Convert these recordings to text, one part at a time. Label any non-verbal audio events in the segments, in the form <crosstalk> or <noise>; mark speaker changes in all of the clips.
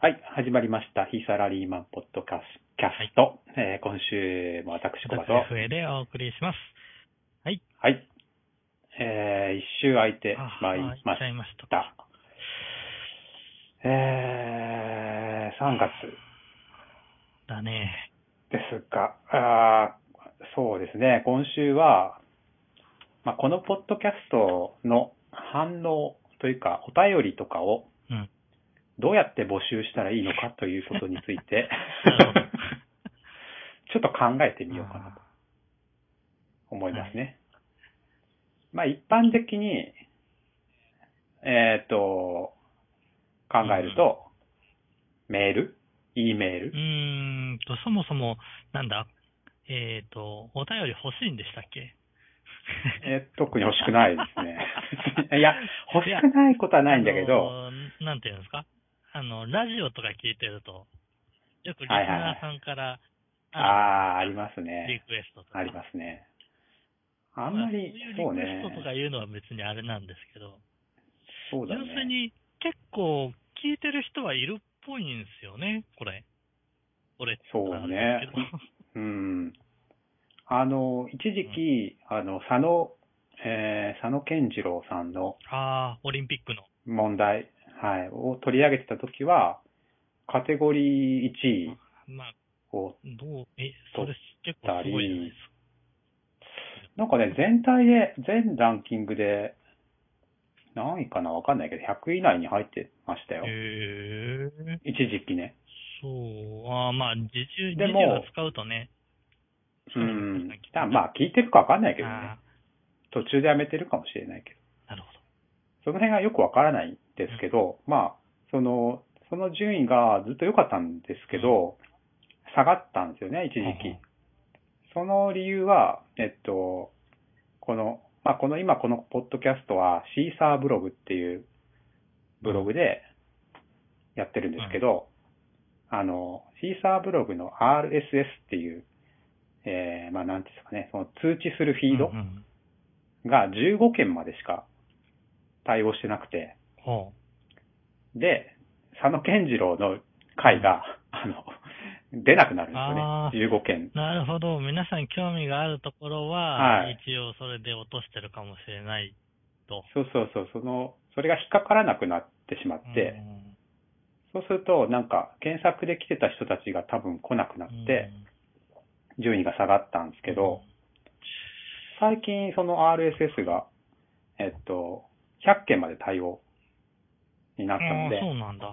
Speaker 1: はい、始まりました。非サラリーマンポッドカスキャスト。えー今週も私、小
Speaker 2: 私
Speaker 1: バと。は
Speaker 2: FA でお送りします。
Speaker 1: い。えー、一周空いてまいり
Speaker 2: あ行
Speaker 1: ま
Speaker 2: っ
Speaker 1: し
Speaker 2: ちゃいました
Speaker 1: た。えー、3月
Speaker 2: だね。
Speaker 1: ですが、あーそうですね、今週は、まあ、このポッドキャストの反応というか、お便りとかを
Speaker 2: うん。
Speaker 1: どうやって募集したらいいのかということについ
Speaker 2: <laughs>
Speaker 1: て
Speaker 2: なるほど、
Speaker 1: ちょっと考えてみようかなと思いますね。まあ一般的に、えっ、と、考えると、メール ?E メー
Speaker 2: う
Speaker 1: ル
Speaker 2: ーんと、そもそも、なんだえっ、と、お便り欲しいんでしたっけ
Speaker 1: えー特に欲しくないです
Speaker 2: <laughs>
Speaker 1: ね。いや、欲しくないことはないんだけど、
Speaker 2: あのなんていうんですかあの、ラジオとか聞いてると、よくリス
Speaker 1: はいはいはい
Speaker 2: ナーさんから、
Speaker 1: ああ、あります
Speaker 2: のリ
Speaker 1: ね。
Speaker 2: クエストとか。
Speaker 1: ありますね。あんまり、
Speaker 2: ま
Speaker 1: そ
Speaker 2: あ
Speaker 1: う
Speaker 2: そういうリク
Speaker 1: ね
Speaker 2: エスト。とかいうのは別にあれなんですけど、
Speaker 1: そうだ
Speaker 2: 純粋
Speaker 1: ね。
Speaker 2: に結構聞いてる人はいるっぽいんですよね、これ。俺
Speaker 1: そうねうん。あの、一時期、あの、佐野、えー佐野健次郎さんの
Speaker 2: ああ、オリンピックの。
Speaker 1: 問題、はい、を取り上げてた時は、カテゴリー1位
Speaker 2: まあ、
Speaker 1: を、
Speaker 2: どう、え、それ結構すごいじゃないですか。
Speaker 1: なんかね、全体で、全ランキングで、何位かなわかんないけど、100位以内に入ってましたよ。
Speaker 2: へえ
Speaker 1: 一時期ね。
Speaker 2: そう、ああ、まあ、自重、
Speaker 1: で
Speaker 2: 自
Speaker 1: も
Speaker 2: 重を使うと
Speaker 1: う
Speaker 2: ね。
Speaker 1: ん
Speaker 2: そうですね。
Speaker 1: だまあ、聞いてるかわかんないけどね
Speaker 2: あ。
Speaker 1: 途中でやめてるかもしれないけど。
Speaker 2: あ、なるほど。
Speaker 1: その辺がよくわからないんですけど、まあ、その、その順位がずっと良かったんですけど、下がったんですよね、一時
Speaker 2: うんう
Speaker 1: 期
Speaker 2: ん。
Speaker 1: その理由は、えっと、この、まあ、この今このポッドキャストはシーサーブログっていうブログでやってるんですけど、あの、シーサーブログの RSS っていう、えー、まあ、なんていうんですかね、その通知するフィード
Speaker 2: うんうん
Speaker 1: が15件までしか対応してなくて、
Speaker 2: ほ
Speaker 1: で、佐野健次郎の回が、あの、出なくなるん
Speaker 2: あ
Speaker 1: ですよね。15件。
Speaker 2: う。なるほど。皆さん興味があるところは、
Speaker 1: はい
Speaker 2: 一応それで落としてるかもしれないと。
Speaker 1: そうそうそう、その、それが引っかからなくなってしまって、そ
Speaker 2: うん
Speaker 1: うすると、なんか、検索で来てた人たちが多分来なくなって、、順位が下がったんですけど、最近その RSS が、えっと、100件まで対応にな
Speaker 2: あ
Speaker 1: ったので
Speaker 2: あ、そうなんだ。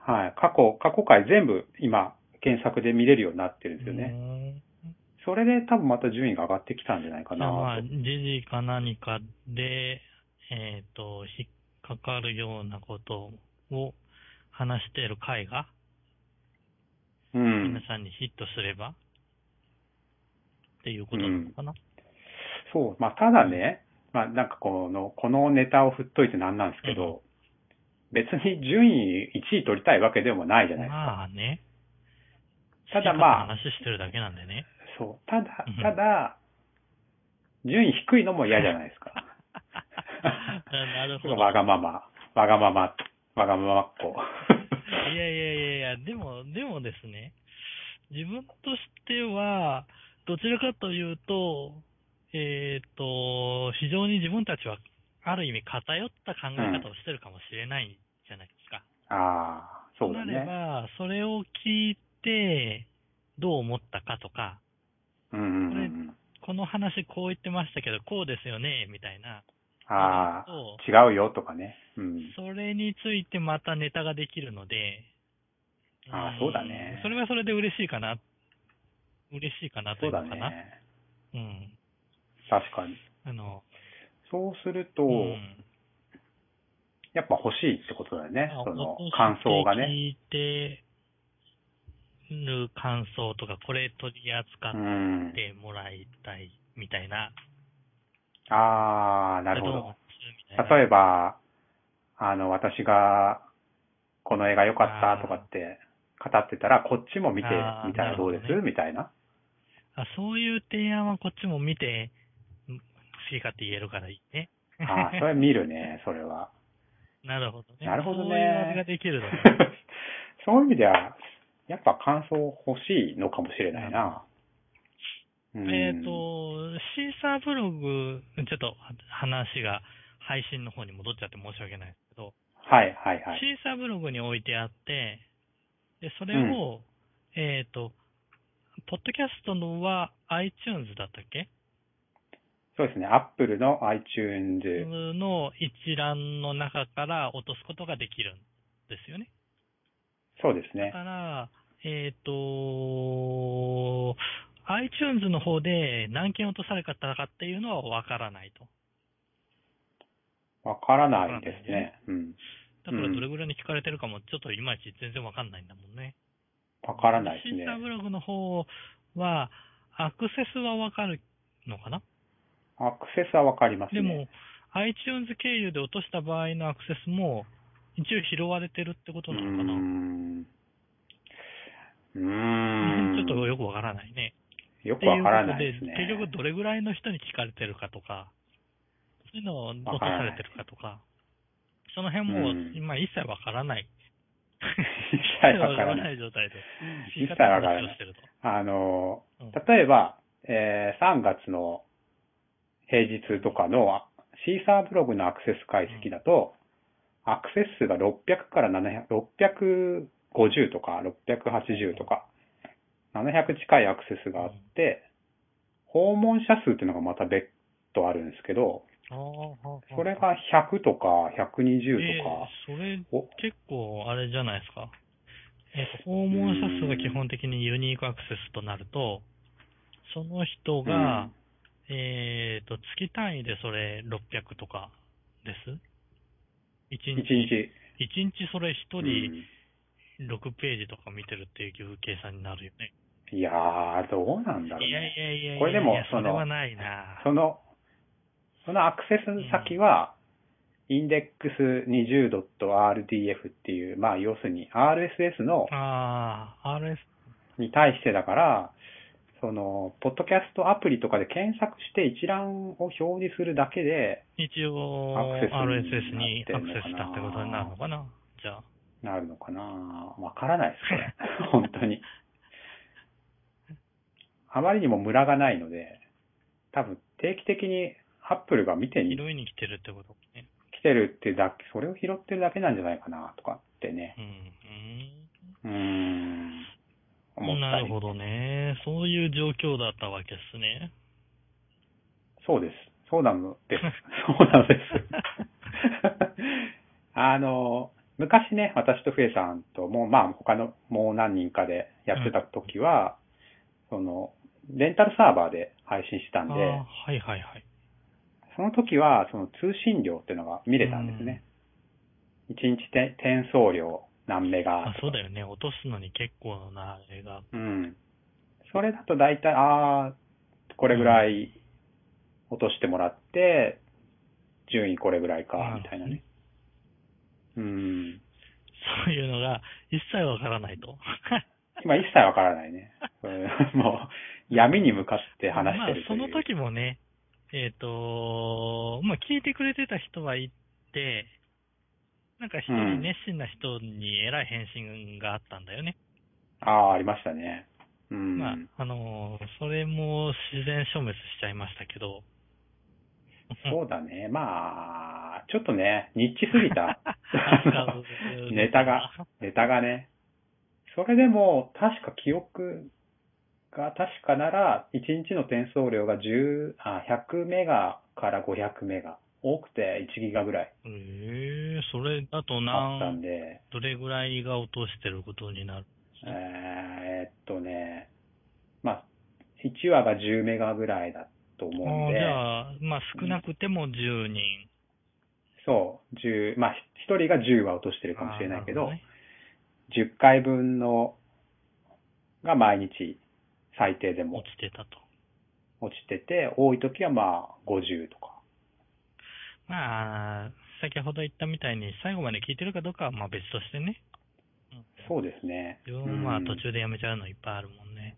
Speaker 1: はい、過去、過去回全部今、検索で見れるようになってるんですよね。
Speaker 2: ね。
Speaker 1: それで多分また順位が上がってきたんじゃないか
Speaker 2: じ
Speaker 1: な
Speaker 2: ゃあ
Speaker 1: と。
Speaker 2: まあ、時事か何かで、えっ、と、引っかかるようなことを話している回が、
Speaker 1: う
Speaker 2: 皆
Speaker 1: ん。
Speaker 2: さんにヒットすれば、っていうことなのかな。
Speaker 1: そう。まあ、ただね、まあ、なんかこの、このネタを振っといてなんなんですけど、別に順位1位取りたいわけでもないじゃない。
Speaker 2: まあね。
Speaker 1: ただまあ
Speaker 2: 好き勝手話してるだけなん
Speaker 1: <laughs>
Speaker 2: でね。
Speaker 1: そう。ただ
Speaker 2: うん、
Speaker 1: ただ、順位低いのも嫌じゃないです
Speaker 2: <laughs>
Speaker 1: か。
Speaker 2: ななるほど。
Speaker 1: <laughs> わがまま、わがまま、わがままっ子。 <laughs>
Speaker 2: いやいやいやいや、でも、でもですね、自分としては、どちらかというと、えっ、と、非常に自分たちは、ある意味偏った考え方をしてるかもしれないじゃないですか。
Speaker 1: ああ、そうだ
Speaker 2: となれ
Speaker 1: ね。
Speaker 2: ば、それを聞いて、どう思ったかとか、
Speaker 1: うんうんうん。
Speaker 2: この話こう言ってましたけど、こうですよね、みたいな。
Speaker 1: ああ、
Speaker 2: そ
Speaker 1: 違うよとかね。うん。
Speaker 2: それについてまたネタができるので、
Speaker 1: あー
Speaker 2: ん
Speaker 1: そうだね
Speaker 2: それはそれで嬉しいかな、嬉しいかなと
Speaker 1: そ
Speaker 2: い
Speaker 1: う
Speaker 2: う
Speaker 1: だ
Speaker 2: のかな。
Speaker 1: ね。
Speaker 2: うん。
Speaker 1: 確かに。
Speaker 2: あの、
Speaker 1: そうすると、
Speaker 2: うん
Speaker 1: やっぱ欲しいってことだよね
Speaker 2: まあ。
Speaker 1: その
Speaker 2: 音として
Speaker 1: 感想がね。
Speaker 2: 聞いてる感想とか、これ取り扱
Speaker 1: う
Speaker 2: っ
Speaker 1: ん。
Speaker 2: てもらいたいみたいな。
Speaker 1: あー、なるほ
Speaker 2: こ
Speaker 1: ど。
Speaker 2: れどう思うみたいな
Speaker 1: 例えば、あの、私が、この映画良かったとかって語ってたら、こっちも見て
Speaker 2: あー
Speaker 1: みたらどうです、
Speaker 2: なるほどね
Speaker 1: みたいな。
Speaker 2: <laughs> あ、そういう提案はこっちも見て、ん好きかって言えるからいいね。
Speaker 1: あー、それ見るね、それは。
Speaker 2: <laughs> なるほどね。
Speaker 1: なるほどね
Speaker 2: そういう味ができるのね。
Speaker 1: そういう意味では、やっぱ感想欲しいのかもしれないな。うん
Speaker 2: えっ、と、シーサーブログ、ちょっと話が配信の方に戻っちゃって申し訳ないですけど、
Speaker 1: はいはいはい。
Speaker 2: シーサーブログに置いてあって、で、それを、えっ、と、ポッドキャストのは iTunes だったっけ
Speaker 1: そうですね。Apple の iTunes。
Speaker 2: の一覧の中から落とすことができるんですよね。
Speaker 1: そうです
Speaker 2: だ
Speaker 1: ね。
Speaker 2: から、えっ、と、iTunes の方で何件落とされたかっていうのはわからないと。
Speaker 1: わからないですね。うん。
Speaker 2: だからどれぐらいに聞かれてるかも、ちょっといまいち全然わかんないんだもんね。
Speaker 1: わからないです
Speaker 2: シーサーブ
Speaker 1: ね。
Speaker 2: ログの方は、アクセスはわかるのかな
Speaker 1: アクセスはわかりますね。
Speaker 2: でも、iTunes 経由で落とした場合のアクセスも、一応拾われてるってことなのかな
Speaker 1: うーん。うーん。<laughs>
Speaker 2: ちょっとよくわからないね。
Speaker 1: よくわからないですね。
Speaker 2: っていうことで、結局どれぐらいの人に聞かれてるかとか、そういうのを落とされてるかとか、その辺も、
Speaker 1: うん
Speaker 2: 今一切わからない。
Speaker 1: 一切わから <laughs> ない。
Speaker 2: い状態で。
Speaker 1: 一切わからない
Speaker 2: 言い方の話をしてると。
Speaker 1: あの
Speaker 2: うん、
Speaker 1: 例えば、えー、3月の平日とかのあシーサーブログのアクセス解析だと、アクセス数が600から700、650とか680とか、700近いアクセスがあって、訪問者数っていうのがまた別途あるんですけど、
Speaker 2: あー
Speaker 1: それ、が100とか
Speaker 2: え
Speaker 1: 120とか、
Speaker 2: ーそれ
Speaker 1: お
Speaker 2: 結構あれじゃないですか。えっと訪問者数が基本的にユニークアクセスとなると、その人が、えっと、月単位でそれ600とかです一
Speaker 1: うん、1
Speaker 2: 日、
Speaker 1: 日、
Speaker 2: 一日それ一
Speaker 1: う
Speaker 2: 人
Speaker 1: ん
Speaker 2: 6ページとか見てるっていう計算になるよね。
Speaker 1: いやー、どうなんだろう
Speaker 2: いやい
Speaker 1: ね。
Speaker 2: やいやいやいや、
Speaker 1: これでも
Speaker 2: そ
Speaker 1: その
Speaker 2: れはないな。
Speaker 1: その、そのアクセス先は、インデックス 20.rdf っていう、まあ要するに RSS の
Speaker 2: ああ、RS、
Speaker 1: に対してだから、その、ポッドキャストアプリとかで検索して一覧を表示するだけで
Speaker 2: 一応
Speaker 1: アクセスになってんのかな
Speaker 2: RSS にアクセスしたってことになるのかな。じゃあ。
Speaker 1: なるのかなわからないですね。本当に。あまりにもムラがないので、多分定期的にアップルが見てに
Speaker 2: 拾いに来てるってことね。
Speaker 1: 来てるってだけ、それを拾ってるだけなんじゃないかなとかってね。
Speaker 2: うん。
Speaker 1: うーん。
Speaker 2: う
Speaker 1: 思っ
Speaker 2: ん、
Speaker 1: た
Speaker 2: な
Speaker 1: り
Speaker 2: る。ほどね。そういう状況だったわけですね。
Speaker 1: そうです。そうなの
Speaker 2: <laughs>
Speaker 1: です。そうなのです。 <laughs> あの、昔ね、私とフエさんと、もうまあ他の、もう何人かでやってた時は、その、レンタルサーバーで配信してたんで
Speaker 2: あ、ーはいはいはい。
Speaker 1: その時は、その通信量っていうのが見れたんですね。一日て転送量何メガと
Speaker 2: あ
Speaker 1: か。
Speaker 2: そうだよね。落とすのに結構な、あれが。
Speaker 1: うん。それだと大体、ああ、これぐらい落としてもらって、順位これぐらいか、みたいなね。うん。
Speaker 2: そういうのが一切わからないと。
Speaker 1: 今一切わからない
Speaker 2: <laughs>
Speaker 1: ね。うんもう、闇に向かって話してるという。
Speaker 2: まあ、その時もね、えっ、と、まあ、聞いてくれてた人はいて、なんか一
Speaker 1: う
Speaker 2: 人
Speaker 1: ん
Speaker 2: 熱心な人に偉い返信があったんだよね。
Speaker 1: ああ、ありましたね。うん。
Speaker 2: まあ、あのーそれも自然消滅しちゃいましたけど。 <laughs>
Speaker 1: そうだね。まあ、ちょっとね、ニッチすぎ
Speaker 2: <laughs>
Speaker 1: た
Speaker 2: 扱う
Speaker 1: ネタが。ネタがね。それでも、確か記憶が確かなら、1日の転送量が10あ100メガから500メガ。多くて1ギガぐらい
Speaker 2: ええそれだと
Speaker 1: あったん
Speaker 2: 何、
Speaker 1: で、
Speaker 2: どれぐらいが落としてることになる
Speaker 1: えーえっとね、まあ、1話が10メガぐらいだと思
Speaker 2: あ
Speaker 1: うん
Speaker 2: あじ
Speaker 1: で、
Speaker 2: ゃあ、まあ少なくても10人。
Speaker 1: そう、10、まあ、1人が10話落としてるかもしれないけ
Speaker 2: あ
Speaker 1: ど、
Speaker 2: あなる
Speaker 1: 10回分の、が毎日最低で
Speaker 2: ほどね
Speaker 1: も
Speaker 2: 落ちてたと。
Speaker 1: 落ちてて、多い時はまあ50とか。
Speaker 2: まあ、先ほど言ったみたいに、最後まで聞いてるかどうかはまあ別としてね。
Speaker 1: そうですね。
Speaker 2: 自分も
Speaker 1: う
Speaker 2: まあ
Speaker 1: ん
Speaker 2: 途中でやめちゃうのいっぱいあるもんね。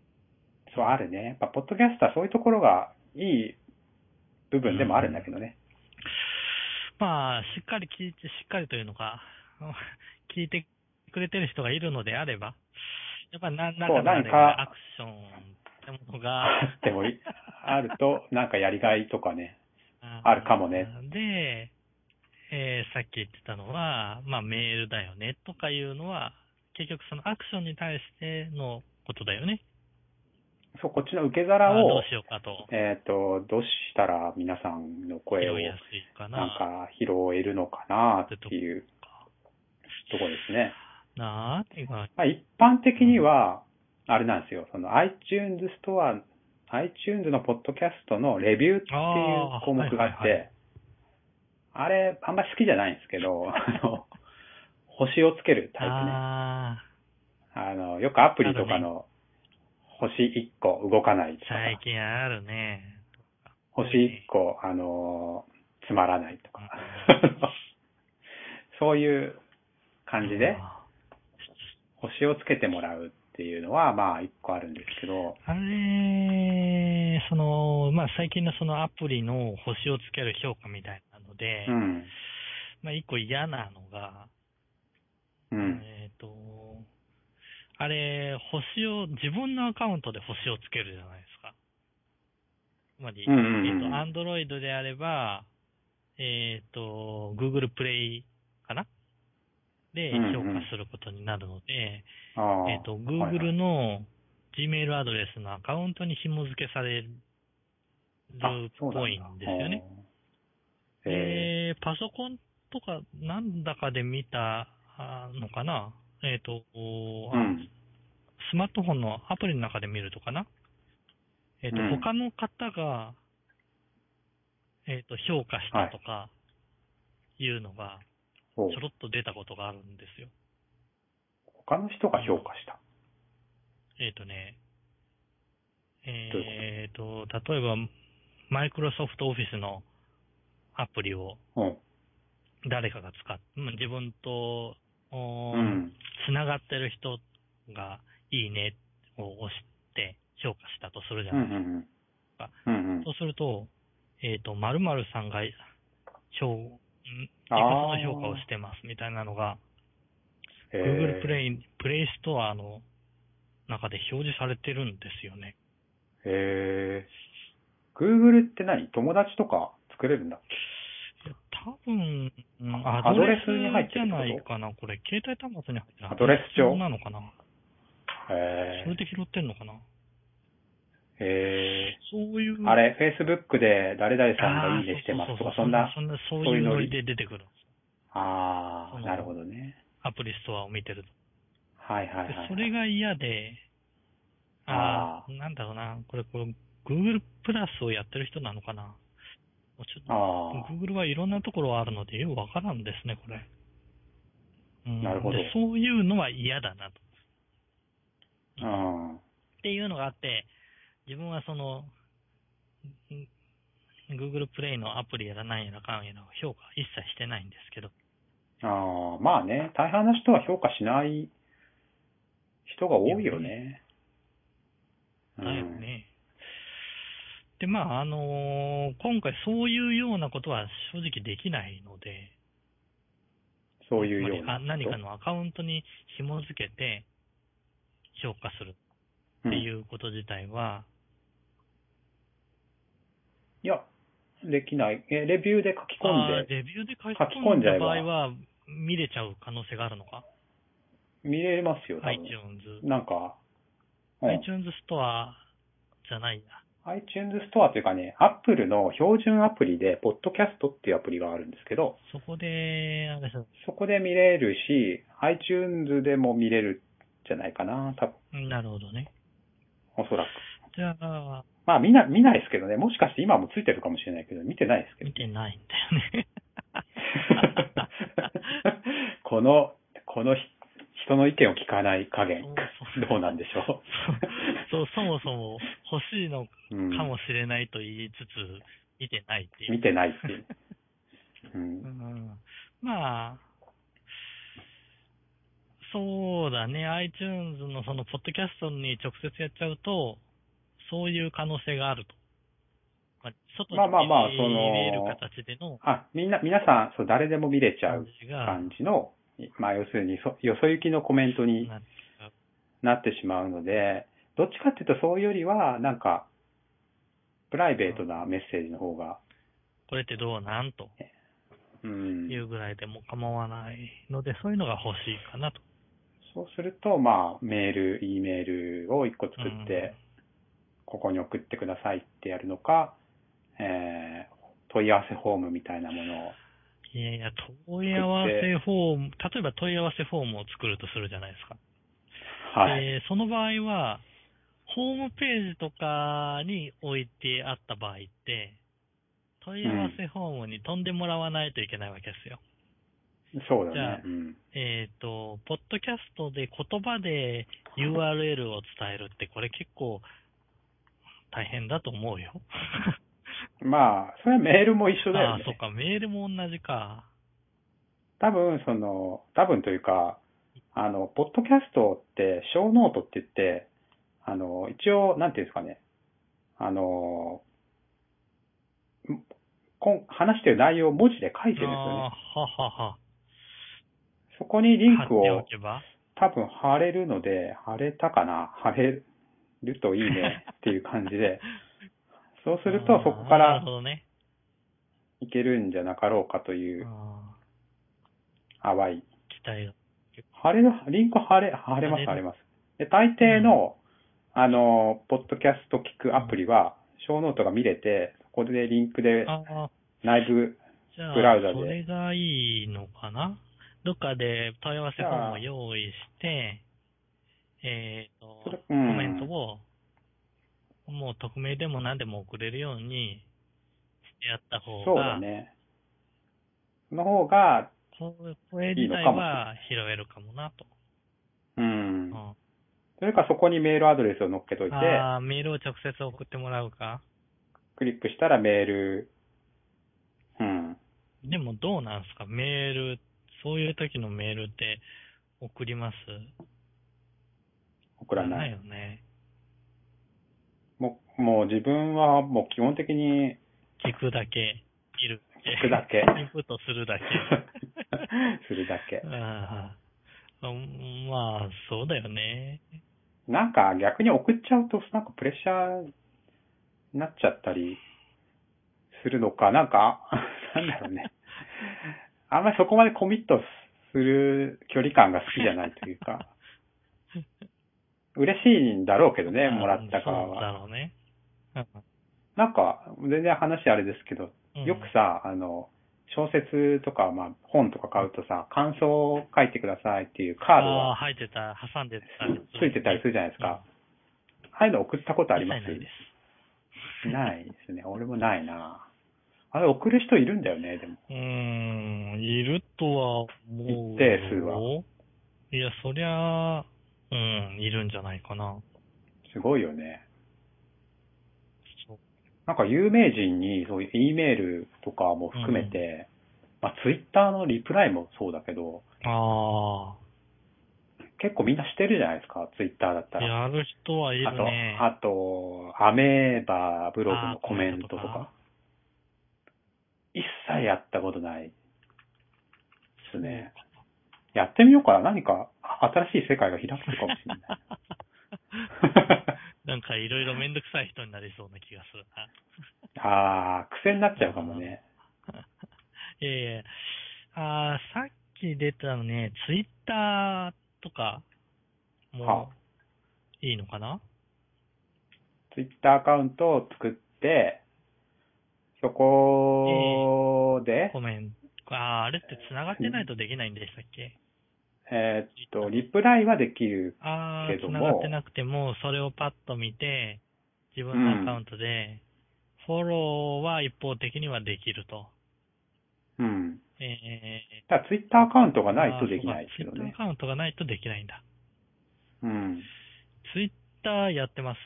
Speaker 1: そう、あるね。やっぱ、ポッドキャスターそういうところがいい部分でもあるんだけどね。
Speaker 2: <laughs> まあ、しっかり聞いて、しっかりというのか、聞いてくれてる人がいるのであれば、やっぱ何ら
Speaker 1: そ
Speaker 2: か
Speaker 1: う
Speaker 2: のあ
Speaker 1: 何
Speaker 2: れが
Speaker 1: か、
Speaker 2: アクションってものが
Speaker 1: で
Speaker 2: <laughs>
Speaker 1: もい、あると、なんかやりがいとかね。
Speaker 2: あ
Speaker 1: あるかもね。
Speaker 2: で、えーさっき言ってたのは、まあメールだよねとかいうのは、結局そのアクションに対してのことだよね。
Speaker 1: そう、こっちの受け
Speaker 2: あ
Speaker 1: 皿
Speaker 2: ーど
Speaker 1: を
Speaker 2: う、しようかと。
Speaker 1: えっ、と、どうしたら皆さんの声を
Speaker 2: 拾いやすいか
Speaker 1: なん
Speaker 2: な。
Speaker 1: か拾えるのかなっていうところですね。
Speaker 2: なんていうか、
Speaker 1: まあ、一般的には、あれなんですよ、その iTunes ストア、iTunes のポッドキャストのレビューっていう
Speaker 2: あー
Speaker 1: 項目があっ
Speaker 2: はいはいは
Speaker 1: て、あれ、あんまり好きじゃないんですけど、あの、星をつけるタイプね。
Speaker 2: あ
Speaker 1: あの、よくアプリとかの、星1個動かないと
Speaker 2: ー、
Speaker 1: か、
Speaker 2: 最近あるね。
Speaker 1: 星1個、あの、つまらないとか、 <laughs> そういう感じで、
Speaker 2: あ
Speaker 1: 星をつけてもらうっていうのは、まあ、1個あるんですけど、
Speaker 2: ーあれ、その、まあ最近のそのアプリの星をつける評価みたいなので、
Speaker 1: うん。
Speaker 2: まあ一個嫌なのが、
Speaker 1: うん。
Speaker 2: えっ、と、あれ、星を、自分のアカウントで星をつけるじゃないですか。つまり、
Speaker 1: うんうんうん
Speaker 2: えっ、と、アンドロイドであれば、えっ、と、Google プレイかなで
Speaker 1: うんう
Speaker 2: 評
Speaker 1: ん
Speaker 2: 価することになるので、
Speaker 1: ああ
Speaker 2: えっ、と、
Speaker 1: はいは
Speaker 2: Google
Speaker 1: い
Speaker 2: の Gmail アドレスのアカウントに紐付けされるっ
Speaker 1: あそうなんだ
Speaker 2: ぽいんですよね。
Speaker 1: ああへえ
Speaker 2: えー、パソコンとか、なんだかで見たあのかなえっ、と、おーあ
Speaker 1: うん
Speaker 2: スマートフォンのアプリの中で見るとかなえっ、と、
Speaker 1: うん
Speaker 2: 他の方が、えっ、と、評価したとか、いうのが、
Speaker 1: そう
Speaker 2: ちょろっと出たことがあるんですよ。
Speaker 1: 他の人が評価した。
Speaker 2: えっ、とね、
Speaker 1: どう
Speaker 2: えっ、と、例えば、マイクロソフトオフィスのアプリを
Speaker 1: うん。
Speaker 2: 誰かが使っ、うん自分と、おー
Speaker 1: うん。
Speaker 2: つながってる人がいいねを押して評価したとするじゃ
Speaker 1: うんう
Speaker 2: ない
Speaker 1: ん
Speaker 2: ですか。
Speaker 1: うん。うんうん
Speaker 2: そうすると、えっ、と、〇〇さんが評、んいくつ
Speaker 1: あー
Speaker 2: の評価をしてますみたいなのが、
Speaker 1: へえ
Speaker 2: Google プレイ、プレイストアの中で表示されてるんですよね。
Speaker 1: へえ Google って何友達とか作れるんだ。
Speaker 2: いや多分、うんア
Speaker 1: あ
Speaker 2: ドレ
Speaker 1: アドレスに入っ
Speaker 2: ス
Speaker 1: て
Speaker 2: じ
Speaker 1: る
Speaker 2: ゃ
Speaker 1: ってこと
Speaker 2: ないかな。これ、携帯端末に入ってる
Speaker 1: アドレス帳
Speaker 2: なのかな。
Speaker 1: へ
Speaker 2: それで拾ってんのかな。
Speaker 1: えへ
Speaker 2: そういう
Speaker 1: え。あれ、Facebook で誰々さんがいいねしてますとか、
Speaker 2: あー
Speaker 1: そんな。
Speaker 2: そんな、そ
Speaker 1: ん
Speaker 2: う
Speaker 1: なそう
Speaker 2: い
Speaker 1: いうう
Speaker 2: ノ
Speaker 1: ノ
Speaker 2: リ
Speaker 1: リ
Speaker 2: で出てくる。
Speaker 1: あ
Speaker 2: そ
Speaker 1: あ、
Speaker 2: の
Speaker 1: なるほどね。
Speaker 2: アプリストアを見てると。
Speaker 1: はいはい
Speaker 2: で
Speaker 1: はい。
Speaker 2: それが嫌で、あ
Speaker 1: あ
Speaker 2: あ、なんだろうな、これ、これ、Google プラスをやってる人なのかな。もうちょっ
Speaker 1: あ
Speaker 2: と、Google はいろんなところあるので、よくわからんですね、これ。うん
Speaker 1: なるほど
Speaker 2: でそういうのは嫌だなと。
Speaker 1: あ。うん。
Speaker 2: っていうのがあって、自分はその、ん Google プレイのアプリやらなんやらかんやら評価一切してないんですけど、
Speaker 1: ああ、まあね、大半の人は評価しない人が多いよね。うん
Speaker 2: だよね。で、まあ、あのー今回そういうようなことは正直できないので、
Speaker 1: そういうよう
Speaker 2: つまり
Speaker 1: な
Speaker 2: あ
Speaker 1: こと。
Speaker 2: 何かのアカウントに紐付けて評価する
Speaker 1: うん
Speaker 2: っていうこと自体は、
Speaker 1: いや、できない。え、レビューで書き
Speaker 2: あ
Speaker 1: 込
Speaker 2: あ
Speaker 1: ん
Speaker 2: ー
Speaker 1: で、
Speaker 2: レビューで書き
Speaker 1: 書き込
Speaker 2: 込ん
Speaker 1: んじゃ
Speaker 2: だ
Speaker 1: えば
Speaker 2: 場合は見れちゃう可能性があるのか
Speaker 1: 見れますよ、多分。
Speaker 2: ?iTunes。
Speaker 1: なんか、うん
Speaker 2: iTunes ストアじゃないや。
Speaker 1: iTunes ストアというかね、Apple の標準アプリで、Podcast っていうアプリがあるんですけど、
Speaker 2: そこで、あれです
Speaker 1: そこで見れるし、iTunes でも見れるんじゃないかな、多分、
Speaker 2: なるほどね。
Speaker 1: おそらく。
Speaker 2: じゃあ、
Speaker 1: まあ、見な、見ないですけどね、もしかして今もついてるかもしれないけど、見てないですけど
Speaker 2: <laughs> 見。てないんだよね。 <laughs>
Speaker 1: この、このひ人の意見を聞かない加減
Speaker 2: そう、そう
Speaker 1: どうなんでしょ
Speaker 2: そう、そもそも欲しいの
Speaker 1: う。うん
Speaker 2: かもしれないと言いつつ、見てないっていう。
Speaker 1: 見てないって
Speaker 2: <laughs>
Speaker 1: いう。うん
Speaker 2: うん、まあ、そうだね、iTunes のその、ポッドキャストに直接やっちゃうと、そういう可能性があると。まあ、外に
Speaker 1: まあまあまあその
Speaker 2: 入れる形での
Speaker 1: あ、みんな、皆さん、そう、誰でも見れちゃ
Speaker 2: 感
Speaker 1: う
Speaker 2: じが、
Speaker 1: 感じのまあ要するにそ、よそ行きのコメントに
Speaker 2: なっ
Speaker 1: なってしまうので、どっちかっていうとそういうよりは、なんか、プライベートなメッセージの方が、
Speaker 2: これってどうなんと
Speaker 1: うん
Speaker 2: い。うぐらいでも構わないので、そういうのが欲しいかなと。
Speaker 1: そうすると、まあ、メール、E メールを一個作って、ここに送ってくださいってやるのか、えー、問い合わせフォームみたいなものを、
Speaker 2: うん、いやいや、問い合わせフォーム、例えば問い合わせフォームを作るとするじゃないですか。
Speaker 1: はい。
Speaker 2: えーその場合は、ホームページとかに置いてあった場合って、問い合わせフォームに飛んでもらわないといけないわけですよ。
Speaker 1: そうだ
Speaker 2: じゃあ
Speaker 1: ね。うん。
Speaker 2: えっ、と、ポッドキャストで言葉で URL を伝えるって、これ結構大変だと思うよ。
Speaker 1: まあ、それはメールも一緒だ
Speaker 2: あ
Speaker 1: よ
Speaker 2: あ、そ
Speaker 1: ね。
Speaker 2: っか、メールも同じか。
Speaker 1: 多分、その、多分というか、あの、ポッドキャストって、小ノートって言って、あの、一応、なんていうんですかね、あの、んこん話してる内容を文字で書いてるんですよね。
Speaker 2: ああ、ははは。
Speaker 1: そこにリンク
Speaker 2: 貼ってお
Speaker 1: を
Speaker 2: けば。
Speaker 1: 多分貼れるので、貼れたかな貼れるといいねっていう感じ
Speaker 2: <laughs>
Speaker 1: で、 <laughs> そうする
Speaker 2: あ
Speaker 1: と
Speaker 2: あ
Speaker 1: そこか
Speaker 2: なる
Speaker 1: ら
Speaker 2: ほどね。
Speaker 1: いけるんじゃなかろうかという
Speaker 2: ああ
Speaker 1: 淡い。
Speaker 2: 期待が。
Speaker 1: 貼れる、リンク貼れ、貼れます、貼
Speaker 2: 貼
Speaker 1: れ
Speaker 2: れる
Speaker 1: ます。で、大抵の、あの、ポッドキャスト聞くアプリは、小ノートが見れて、そこでリンクで
Speaker 2: ああ、
Speaker 1: 内部、
Speaker 2: じゃあ、
Speaker 1: ブラウザで
Speaker 2: それがいいのかなどっかで問い合わせフォームを用意して、えっ、
Speaker 1: そ
Speaker 2: と
Speaker 1: れ、う
Speaker 2: コメント
Speaker 1: ん。
Speaker 2: を、もう匿名でも何でも送れるようにしてやった方
Speaker 1: そう
Speaker 2: が、
Speaker 1: だね。の方が、
Speaker 2: そう声自体は拾えるかもなと。
Speaker 1: うん。
Speaker 2: うん
Speaker 1: それかそこにメールアドレスを乗っけといて、
Speaker 2: ああ、メールを直接送ってもらうか。
Speaker 1: クリックしたらメール、うん。
Speaker 2: でもどうなんすかメール、そういう時のメールって送ります
Speaker 1: 送らない。
Speaker 2: よね。
Speaker 1: もう、もう自分はもう基本的に、
Speaker 2: 聞くだけ、いる。
Speaker 1: 聞くだけ
Speaker 2: インプットするだけ。
Speaker 1: するだけ
Speaker 2: <laughs> う。んうんまあ、そうだよね。
Speaker 1: なんか逆に送っちゃうと、なんかプレッシャーになっちゃったりするのか、なんか、なんだろうね。あんまりそこまでコミットする距離感が好きじゃないというか。嬉しいんだろうけどね、
Speaker 2: あ
Speaker 1: もらった側
Speaker 2: そうだ
Speaker 1: は。
Speaker 2: ろうね。
Speaker 1: なんか、全然話あれですけど、
Speaker 2: うん
Speaker 1: よくさ、あの、小説とか、まあ、本とか買うとさ、感想を書いてくださいっていうカード
Speaker 2: ああ、
Speaker 1: が
Speaker 2: 入ってた、挟んでた。
Speaker 1: ついてたりするじゃないですか。ああいうの送ったことあります
Speaker 2: 一切ないで
Speaker 1: ないですね。俺もないな。あれ送る人いるんだよね、でも。
Speaker 2: うーん、いるとは思う。
Speaker 1: 一定数はい
Speaker 2: や、そりゃ、うん、いるんじゃないかな。
Speaker 1: すごいよね。
Speaker 2: そう
Speaker 1: なんか有名人に、そういう E メールとかも含めて、まあ、ツイッターのリプライもそうだけど、
Speaker 2: あ
Speaker 1: 結構みんなしてるじゃないですか、ツイッターだった
Speaker 2: あ、
Speaker 1: ら。
Speaker 2: やる人はいる
Speaker 1: あと
Speaker 2: ね。、
Speaker 1: あと、アメーバブログのコメントと
Speaker 2: あーコメントとか
Speaker 1: か。一切やったことないですね。やってみようかな。何かあ新しい世界が開けるかもしれない。
Speaker 2: <laughs> なんかいろいろめんどくさい人になりそうな気がするな。
Speaker 1: ああ、癖になっちゃうかもね。
Speaker 2: ええあーさっき出たのね、ツイッターとかも
Speaker 1: はい
Speaker 2: いのかな
Speaker 1: ツイッターアカウントを作って、そこで、
Speaker 2: コメント。あーあれって繋がってないとできないんでしたっけ
Speaker 1: えーっと、リプライはできる。
Speaker 2: ああ、
Speaker 1: けど
Speaker 2: 繋
Speaker 1: も
Speaker 2: がってなくても、それをパッと見て、自分のアカウントで、フォローは一方的にはできると。
Speaker 1: うん。
Speaker 2: ええ
Speaker 1: ただツイッターアカウントがないとできないですけど
Speaker 2: ツイッ
Speaker 1: ね
Speaker 2: ター。アカウントがないとできないんだ。
Speaker 1: うん。
Speaker 2: ツイッターやってます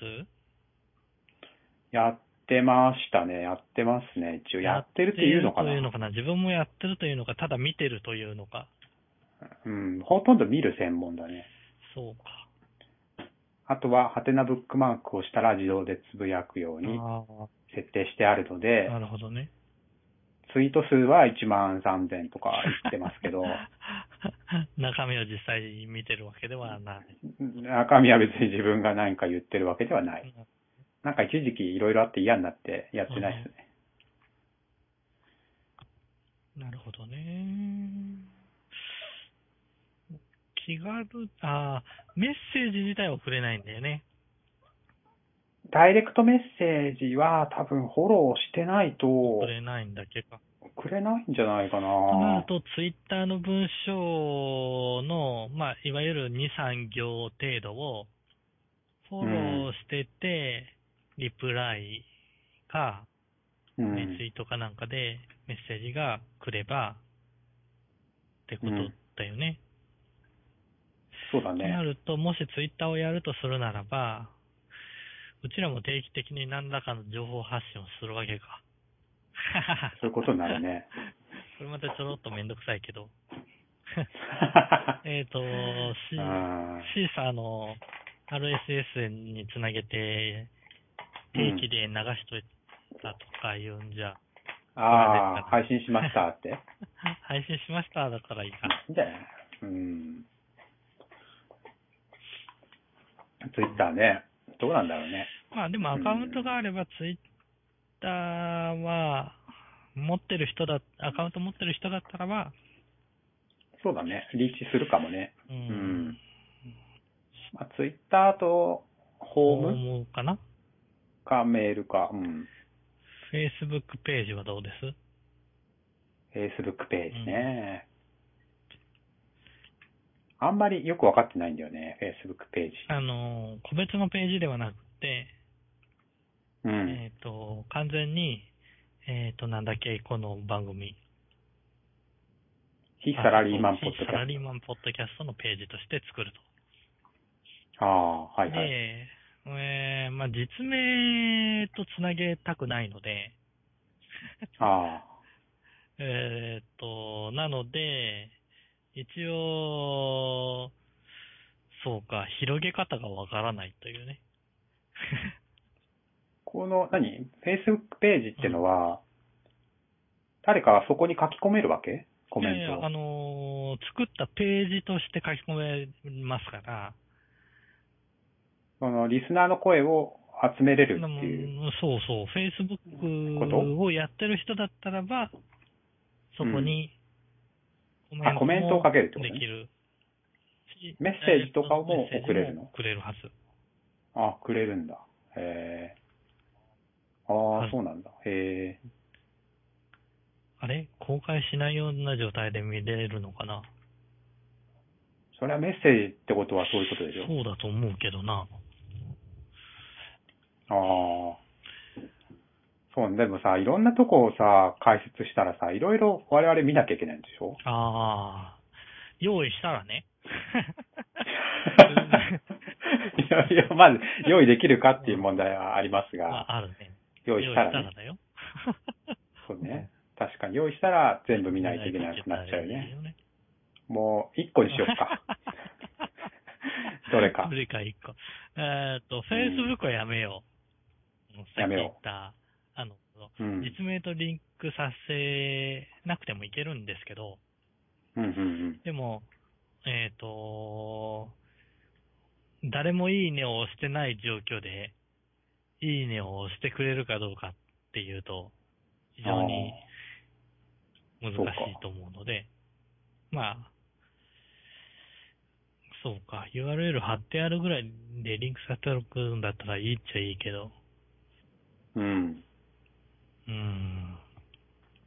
Speaker 1: やってましたね。やってますね。一応やってるっていうのかな
Speaker 2: やってるという。のかな自分もやってるというのか、ただ見てるというのか。
Speaker 1: うん。ほとんど見る専門だね。
Speaker 2: そうか。
Speaker 1: あとは、ハテナブックマークをしたら自動でつぶやくように
Speaker 2: あ
Speaker 1: 設定してあるので
Speaker 2: あ、、なるほどね。
Speaker 1: ツイート数は1万3000とか言ってます
Speaker 2: <laughs>
Speaker 1: けど、
Speaker 2: 中身を実際に見てるわけではない。
Speaker 1: 中身は別に自分が何か言ってるわけではない。なんか一時期いろいろあって嫌になってやってないですね。
Speaker 2: なるほどね。気軽、あーメッセージ自体をくれないんだよね。
Speaker 1: ダイレクトメッセージは多分フォローしてないと
Speaker 2: くれないんだけど。
Speaker 1: くれないんじゃないか
Speaker 2: とな
Speaker 1: な
Speaker 2: る。と、ツイッターの文章の、まあ、いわゆる2、3行程度をフォローしてて、リプライか、
Speaker 1: う
Speaker 2: リ
Speaker 1: ん
Speaker 2: ツイートかなんかでメッセージが来れば、ってことだよね。
Speaker 1: そうだ
Speaker 2: とな
Speaker 1: ね。
Speaker 2: ると、もしツイッターをやるとするならば、うちらも定期的に何らかの情報発信をするわけか。 <laughs>
Speaker 1: そういうことになるね。
Speaker 2: それまたちょろっとめんどくさいけど。えっと、シ
Speaker 1: <laughs> う
Speaker 2: ー
Speaker 1: ん
Speaker 2: シーサーの RSS につなげて、定期で流しといたとか言うんじゃ、
Speaker 1: ああ、配信しましたって。
Speaker 2: 配信しましただからいいか。
Speaker 1: いいんじゃないうん。ツイッターね。どうなんだろうね。
Speaker 2: まあでもアカウントがあれば、ツイッターは、持ってる人だ、アカウント持ってる人だったらば、
Speaker 1: そうだね。リーチするかもね。
Speaker 2: う
Speaker 1: うんん。。まあ、ツイッターと、ホーム
Speaker 2: 思うかな
Speaker 1: かメールか、うん。
Speaker 2: ?Facebook ページはどうです
Speaker 1: Facebook ページね。あんまりよくわかってないんだよね、Facebook ページ。
Speaker 2: あの、個別のページではなくて、
Speaker 1: うん。
Speaker 2: えっ、と、完全に、えっ、と、なんだっけ、この番組。
Speaker 1: 非サラリーマンポッド
Speaker 2: 非
Speaker 1: キ
Speaker 2: サラ
Speaker 1: ャス
Speaker 2: リーマンポッドキャストのページとして作ると。
Speaker 1: ト。ああー、はいはい。
Speaker 2: で、えーまあ、実名とつなげたくないので、
Speaker 1: あ
Speaker 2: えーっと、なので、一応、そうか、広げ方がわからないというね。
Speaker 1: あ。この、何 ?Facebook ページってのは、誰かがそこに書き込めるわけコメ
Speaker 2: いや
Speaker 1: ン
Speaker 2: い
Speaker 1: ト
Speaker 2: や、あ
Speaker 1: を。
Speaker 2: のー作ったページとして書き込めますから、
Speaker 1: その、リスナーの声を集めれるっていう。
Speaker 2: うんそうそう、Facebook をやってる人だったらば、そこにコ
Speaker 1: あコメントをかけるってことね
Speaker 2: できるし。
Speaker 1: メッセージとかも
Speaker 2: メッセージも
Speaker 1: 送れるの
Speaker 2: くれるはず。
Speaker 1: あ、くれるんだ。へえ。あ
Speaker 2: は
Speaker 1: あ
Speaker 2: い、
Speaker 1: そうなんだ。へえ。
Speaker 2: あれ公開しないような状態で見れるのかな
Speaker 1: それはメッセージってことはそういうことでしょ
Speaker 2: そうだと思うけどな。
Speaker 1: ああ。そうね、でもさ、いろんなとこをさ、解説したらさ、いろいろ我々見なきゃいけないんでしょ
Speaker 2: ああ、用意したらね。
Speaker 1: いやいや、まず、用意できるかっていう問題はありますが、
Speaker 2: ああるね。
Speaker 1: 用意したらね、
Speaker 2: だよ。
Speaker 1: そうね。確かに用意したら全 <laughs> 部見ないといけなくなっちゃうよね。。もう、一個にしよう <laughs> か。どれか
Speaker 2: どれか一個。えーっと、Facebook はやめよう。もうさっき言った、あの、
Speaker 1: うん。
Speaker 2: 実名とリンクさせなくてもいけるんですけど、
Speaker 1: うんうん
Speaker 2: でも、えっ、と、誰もいいねを押してない状況で、いいねを押してくれるかどうかっていうと、非常に難し
Speaker 1: そうか
Speaker 2: いと思うので、まあ、そうか、URL 貼ってあるぐらいでリンクさせておくんだったらいいっちゃいいけど、
Speaker 1: うん。うん。
Speaker 2: う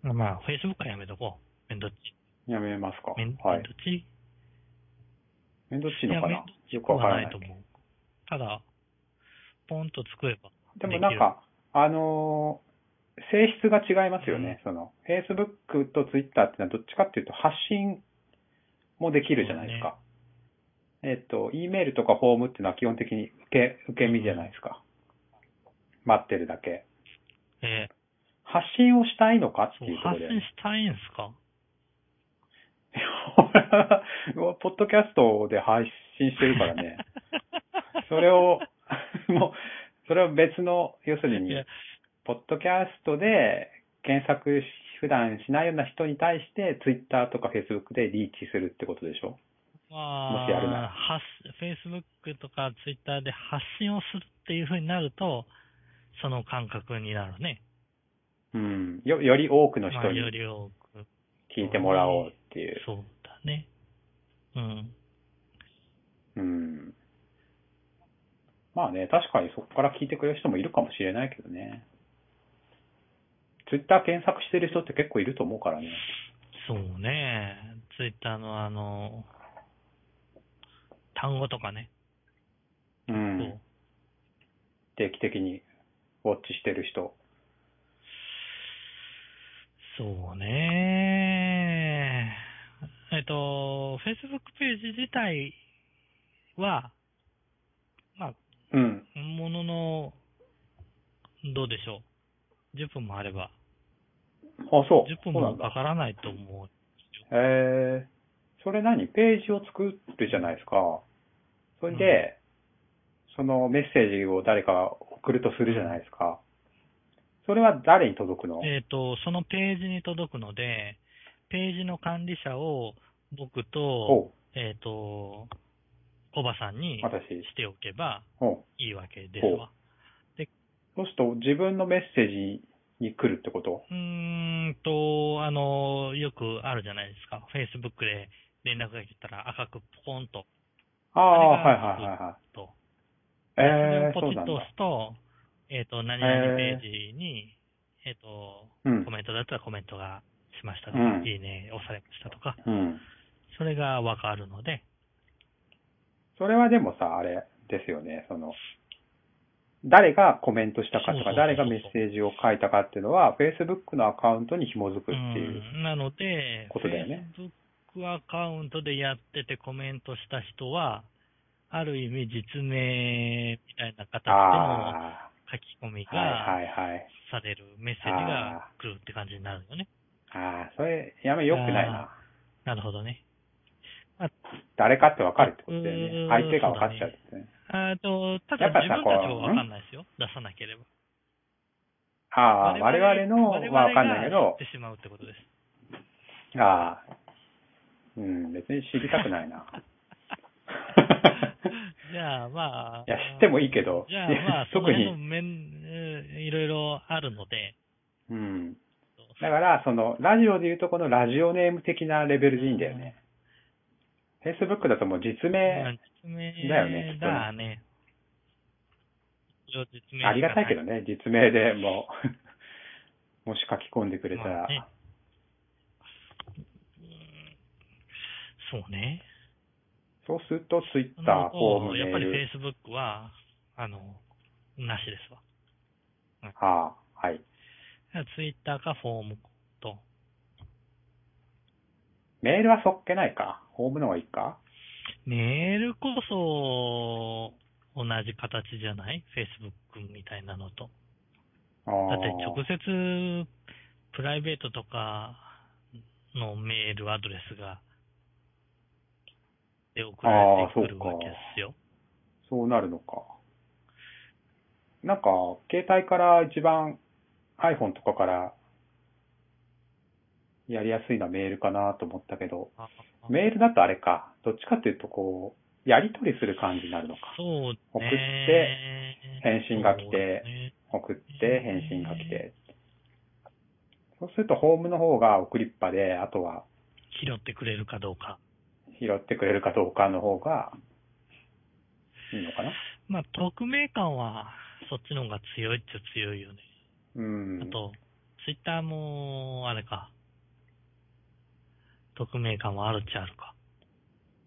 Speaker 2: ーん。まあ、Facebook はやめとこう。めんどっち。
Speaker 1: やめますか。
Speaker 2: めん,、
Speaker 1: はい
Speaker 2: ど。っち
Speaker 1: めんどっちいのか
Speaker 2: いやめん
Speaker 1: な
Speaker 2: ど
Speaker 1: よく
Speaker 2: は
Speaker 1: わから
Speaker 2: ない
Speaker 1: ない
Speaker 2: と。思う。ただ、ポンと作れば。
Speaker 1: で
Speaker 2: で
Speaker 1: も
Speaker 2: きる
Speaker 1: なんか、あのー性質が違いますよね。その、Facebook と Twitter ってのはどっちかっていうと発信もできるじゃないですか。えっと、E メールとかフォームっていうのは基本的に受け、受け身じゃないですか。待ってるだけ。
Speaker 2: え
Speaker 1: 発信をしたいのかっ
Speaker 2: ー
Speaker 1: て
Speaker 2: そう
Speaker 1: いうところ
Speaker 2: 発
Speaker 1: で。<laughs>
Speaker 2: 信したいんすか
Speaker 1: ポッドキャストで配信してるからね。それを、もう、それを別の、要する
Speaker 2: い
Speaker 1: に
Speaker 2: や、
Speaker 1: ポッドキャストで検索普段しないような人に対して、ツイッターとかフェイスブックでリーチするってことでしょも
Speaker 2: ま
Speaker 1: しやるな
Speaker 2: あ、
Speaker 1: ら
Speaker 2: 発信、Facebook とか Twitter で発信をするっていう風になると、その感覚になるね。
Speaker 1: うん。よ、より多くの人
Speaker 2: まあ、よ
Speaker 1: に
Speaker 2: り多く。
Speaker 1: 聞いてもらおうっていう。
Speaker 2: そうだね。うん。
Speaker 1: うん。まあね、確かにそこから聞いてくれる人もいるかもしれないけどね。ツイッター検索してる人って結構いると思うからね。
Speaker 2: そうね。Twitter のあの、単語とかね。
Speaker 1: う
Speaker 2: そ
Speaker 1: ん
Speaker 2: う。
Speaker 1: 定期的にウォッチしてる人。
Speaker 2: そうね。えっと、Facebook ページ自体は、まあ、
Speaker 1: うん。
Speaker 2: ものの、どうでしょう。10分もあれば。
Speaker 1: あ、そう。
Speaker 2: 10分
Speaker 1: そうな
Speaker 2: も
Speaker 1: ん
Speaker 2: か
Speaker 1: だ。
Speaker 2: からないと思う。
Speaker 1: えー、それ何ページを作るじゃないですか。それで、そのメッセージを誰かが送るとするじゃないですか。それは誰に届くの
Speaker 2: えっ、と、そのページに届くので、ページの管理者を僕と、
Speaker 1: おう、
Speaker 2: えっ、と、コバさんに
Speaker 1: 私。
Speaker 2: しておけば
Speaker 1: おう。
Speaker 2: いいわけですわ。
Speaker 1: そうすると自分のメッセージに来るってこと
Speaker 2: うーんと、あの、よくあるじゃないですか。Facebook で連絡が来たら赤くポコンと、
Speaker 1: ああ、は
Speaker 2: あ
Speaker 1: い
Speaker 2: れが
Speaker 1: はいはいはい。
Speaker 2: と。
Speaker 1: ええ
Speaker 2: それを
Speaker 1: そ
Speaker 2: ポ
Speaker 1: う
Speaker 2: チ
Speaker 1: な
Speaker 2: ッ
Speaker 1: ん
Speaker 2: と押
Speaker 1: だ。
Speaker 2: すと、えっ、と、何々ページに、えっ、と、
Speaker 1: うん
Speaker 2: コ。メントだったらコメントがしましたと
Speaker 1: う
Speaker 2: か、
Speaker 1: ん
Speaker 2: いいね、押されましたとか、
Speaker 1: うん。
Speaker 2: それがわかるので、
Speaker 1: それはでもさ、あれですよね、その、誰がコメントしたか
Speaker 2: そ
Speaker 1: と
Speaker 2: うそうそうそ
Speaker 1: か、誰
Speaker 2: う
Speaker 1: がメッセージを書いたかっていうのは、Facebook のアカウントに紐づくって
Speaker 2: う
Speaker 1: いう。
Speaker 2: ん、なので、
Speaker 1: ことだよね
Speaker 2: Facebook アカウントでやっててコメントした人は、ある意味実名みたいな形での
Speaker 1: あ
Speaker 2: 書き込み
Speaker 1: あ、は
Speaker 2: が
Speaker 1: いはいはい。
Speaker 2: される、メッセージが来るって感じになるよね。
Speaker 1: ああ、それ、やめよくないな。
Speaker 2: なるほどね。
Speaker 1: 誰かってわかるってことだよ
Speaker 2: う
Speaker 1: ね
Speaker 2: ん。
Speaker 1: 相手がわかっちゃうってね。
Speaker 2: あと、た
Speaker 1: や
Speaker 2: だ
Speaker 1: っぱ
Speaker 2: 自
Speaker 1: さ
Speaker 2: 分たちは
Speaker 1: こう
Speaker 2: わかんないですよ。出さなければ。
Speaker 1: ああ、我々のはわかんないけ
Speaker 2: 我々がやっ
Speaker 1: ど、
Speaker 2: てしまうっ
Speaker 1: <laughs>
Speaker 2: てことです。
Speaker 1: ああ、うん、別に知りたくない
Speaker 2: <laughs>
Speaker 1: な。
Speaker 2: じゃあまあ。
Speaker 1: いや、知ってもいいけど、、
Speaker 2: じゃあまあそ
Speaker 1: <laughs>
Speaker 2: の
Speaker 1: 特
Speaker 2: 辺の
Speaker 1: に、
Speaker 2: 面、えーいろいろあるので。
Speaker 1: うん。だから、その、ラジオで言うとこのラジオネーム的なレベルでいいんだよね。Facebook だともう実
Speaker 2: まあ
Speaker 1: 名、
Speaker 2: 実名
Speaker 1: だよねきっとね
Speaker 2: だね。一応実名しか
Speaker 1: ありがたいけどね、実名でもう、 <laughs> もし書き込んでくれた
Speaker 2: ま
Speaker 1: ら
Speaker 2: あ、ねうんそうね。
Speaker 1: そうすると
Speaker 2: そ
Speaker 1: Twitter
Speaker 2: の、
Speaker 1: フォーム、メ
Speaker 2: やっ
Speaker 1: ー
Speaker 2: ぱり
Speaker 1: ル、
Speaker 2: Facebook は、あの、なしですわ。
Speaker 1: ああ、はい。
Speaker 2: Twitter かフォームと。
Speaker 1: メールはそっけないか。ホームの方がいいか。
Speaker 2: メールこそ、同じ形じゃない ?Facebook みたいなのと。
Speaker 1: あ
Speaker 2: だ
Speaker 1: あ
Speaker 2: って直接、プライベートとかのメールアドレスが、で送られてく
Speaker 1: あ
Speaker 2: る
Speaker 1: ーそうか
Speaker 2: わけですよ。
Speaker 1: そうなるのか。なんか、携帯から一番 iPhone とかからやりやすいのはメールかなと思ったけど、
Speaker 2: あ
Speaker 1: メールだとあれか、どっちかっていうとこう、やり取りする感じになるのか。
Speaker 2: そうね。
Speaker 1: 送って返信が来て
Speaker 2: そうね
Speaker 1: 送って、返信が来て。そうすると、ホームの方が送りっぱで、あとは
Speaker 2: 拾ってくれるかどうか。
Speaker 1: 拾ってくれるかどうかの方が、いいのかな
Speaker 2: まあ、匿名感は、そっちの方が強いっちゃ強いよね。
Speaker 1: うん。
Speaker 2: あと、ツイッターも、あれか。匿名感はあるっちゃあるか。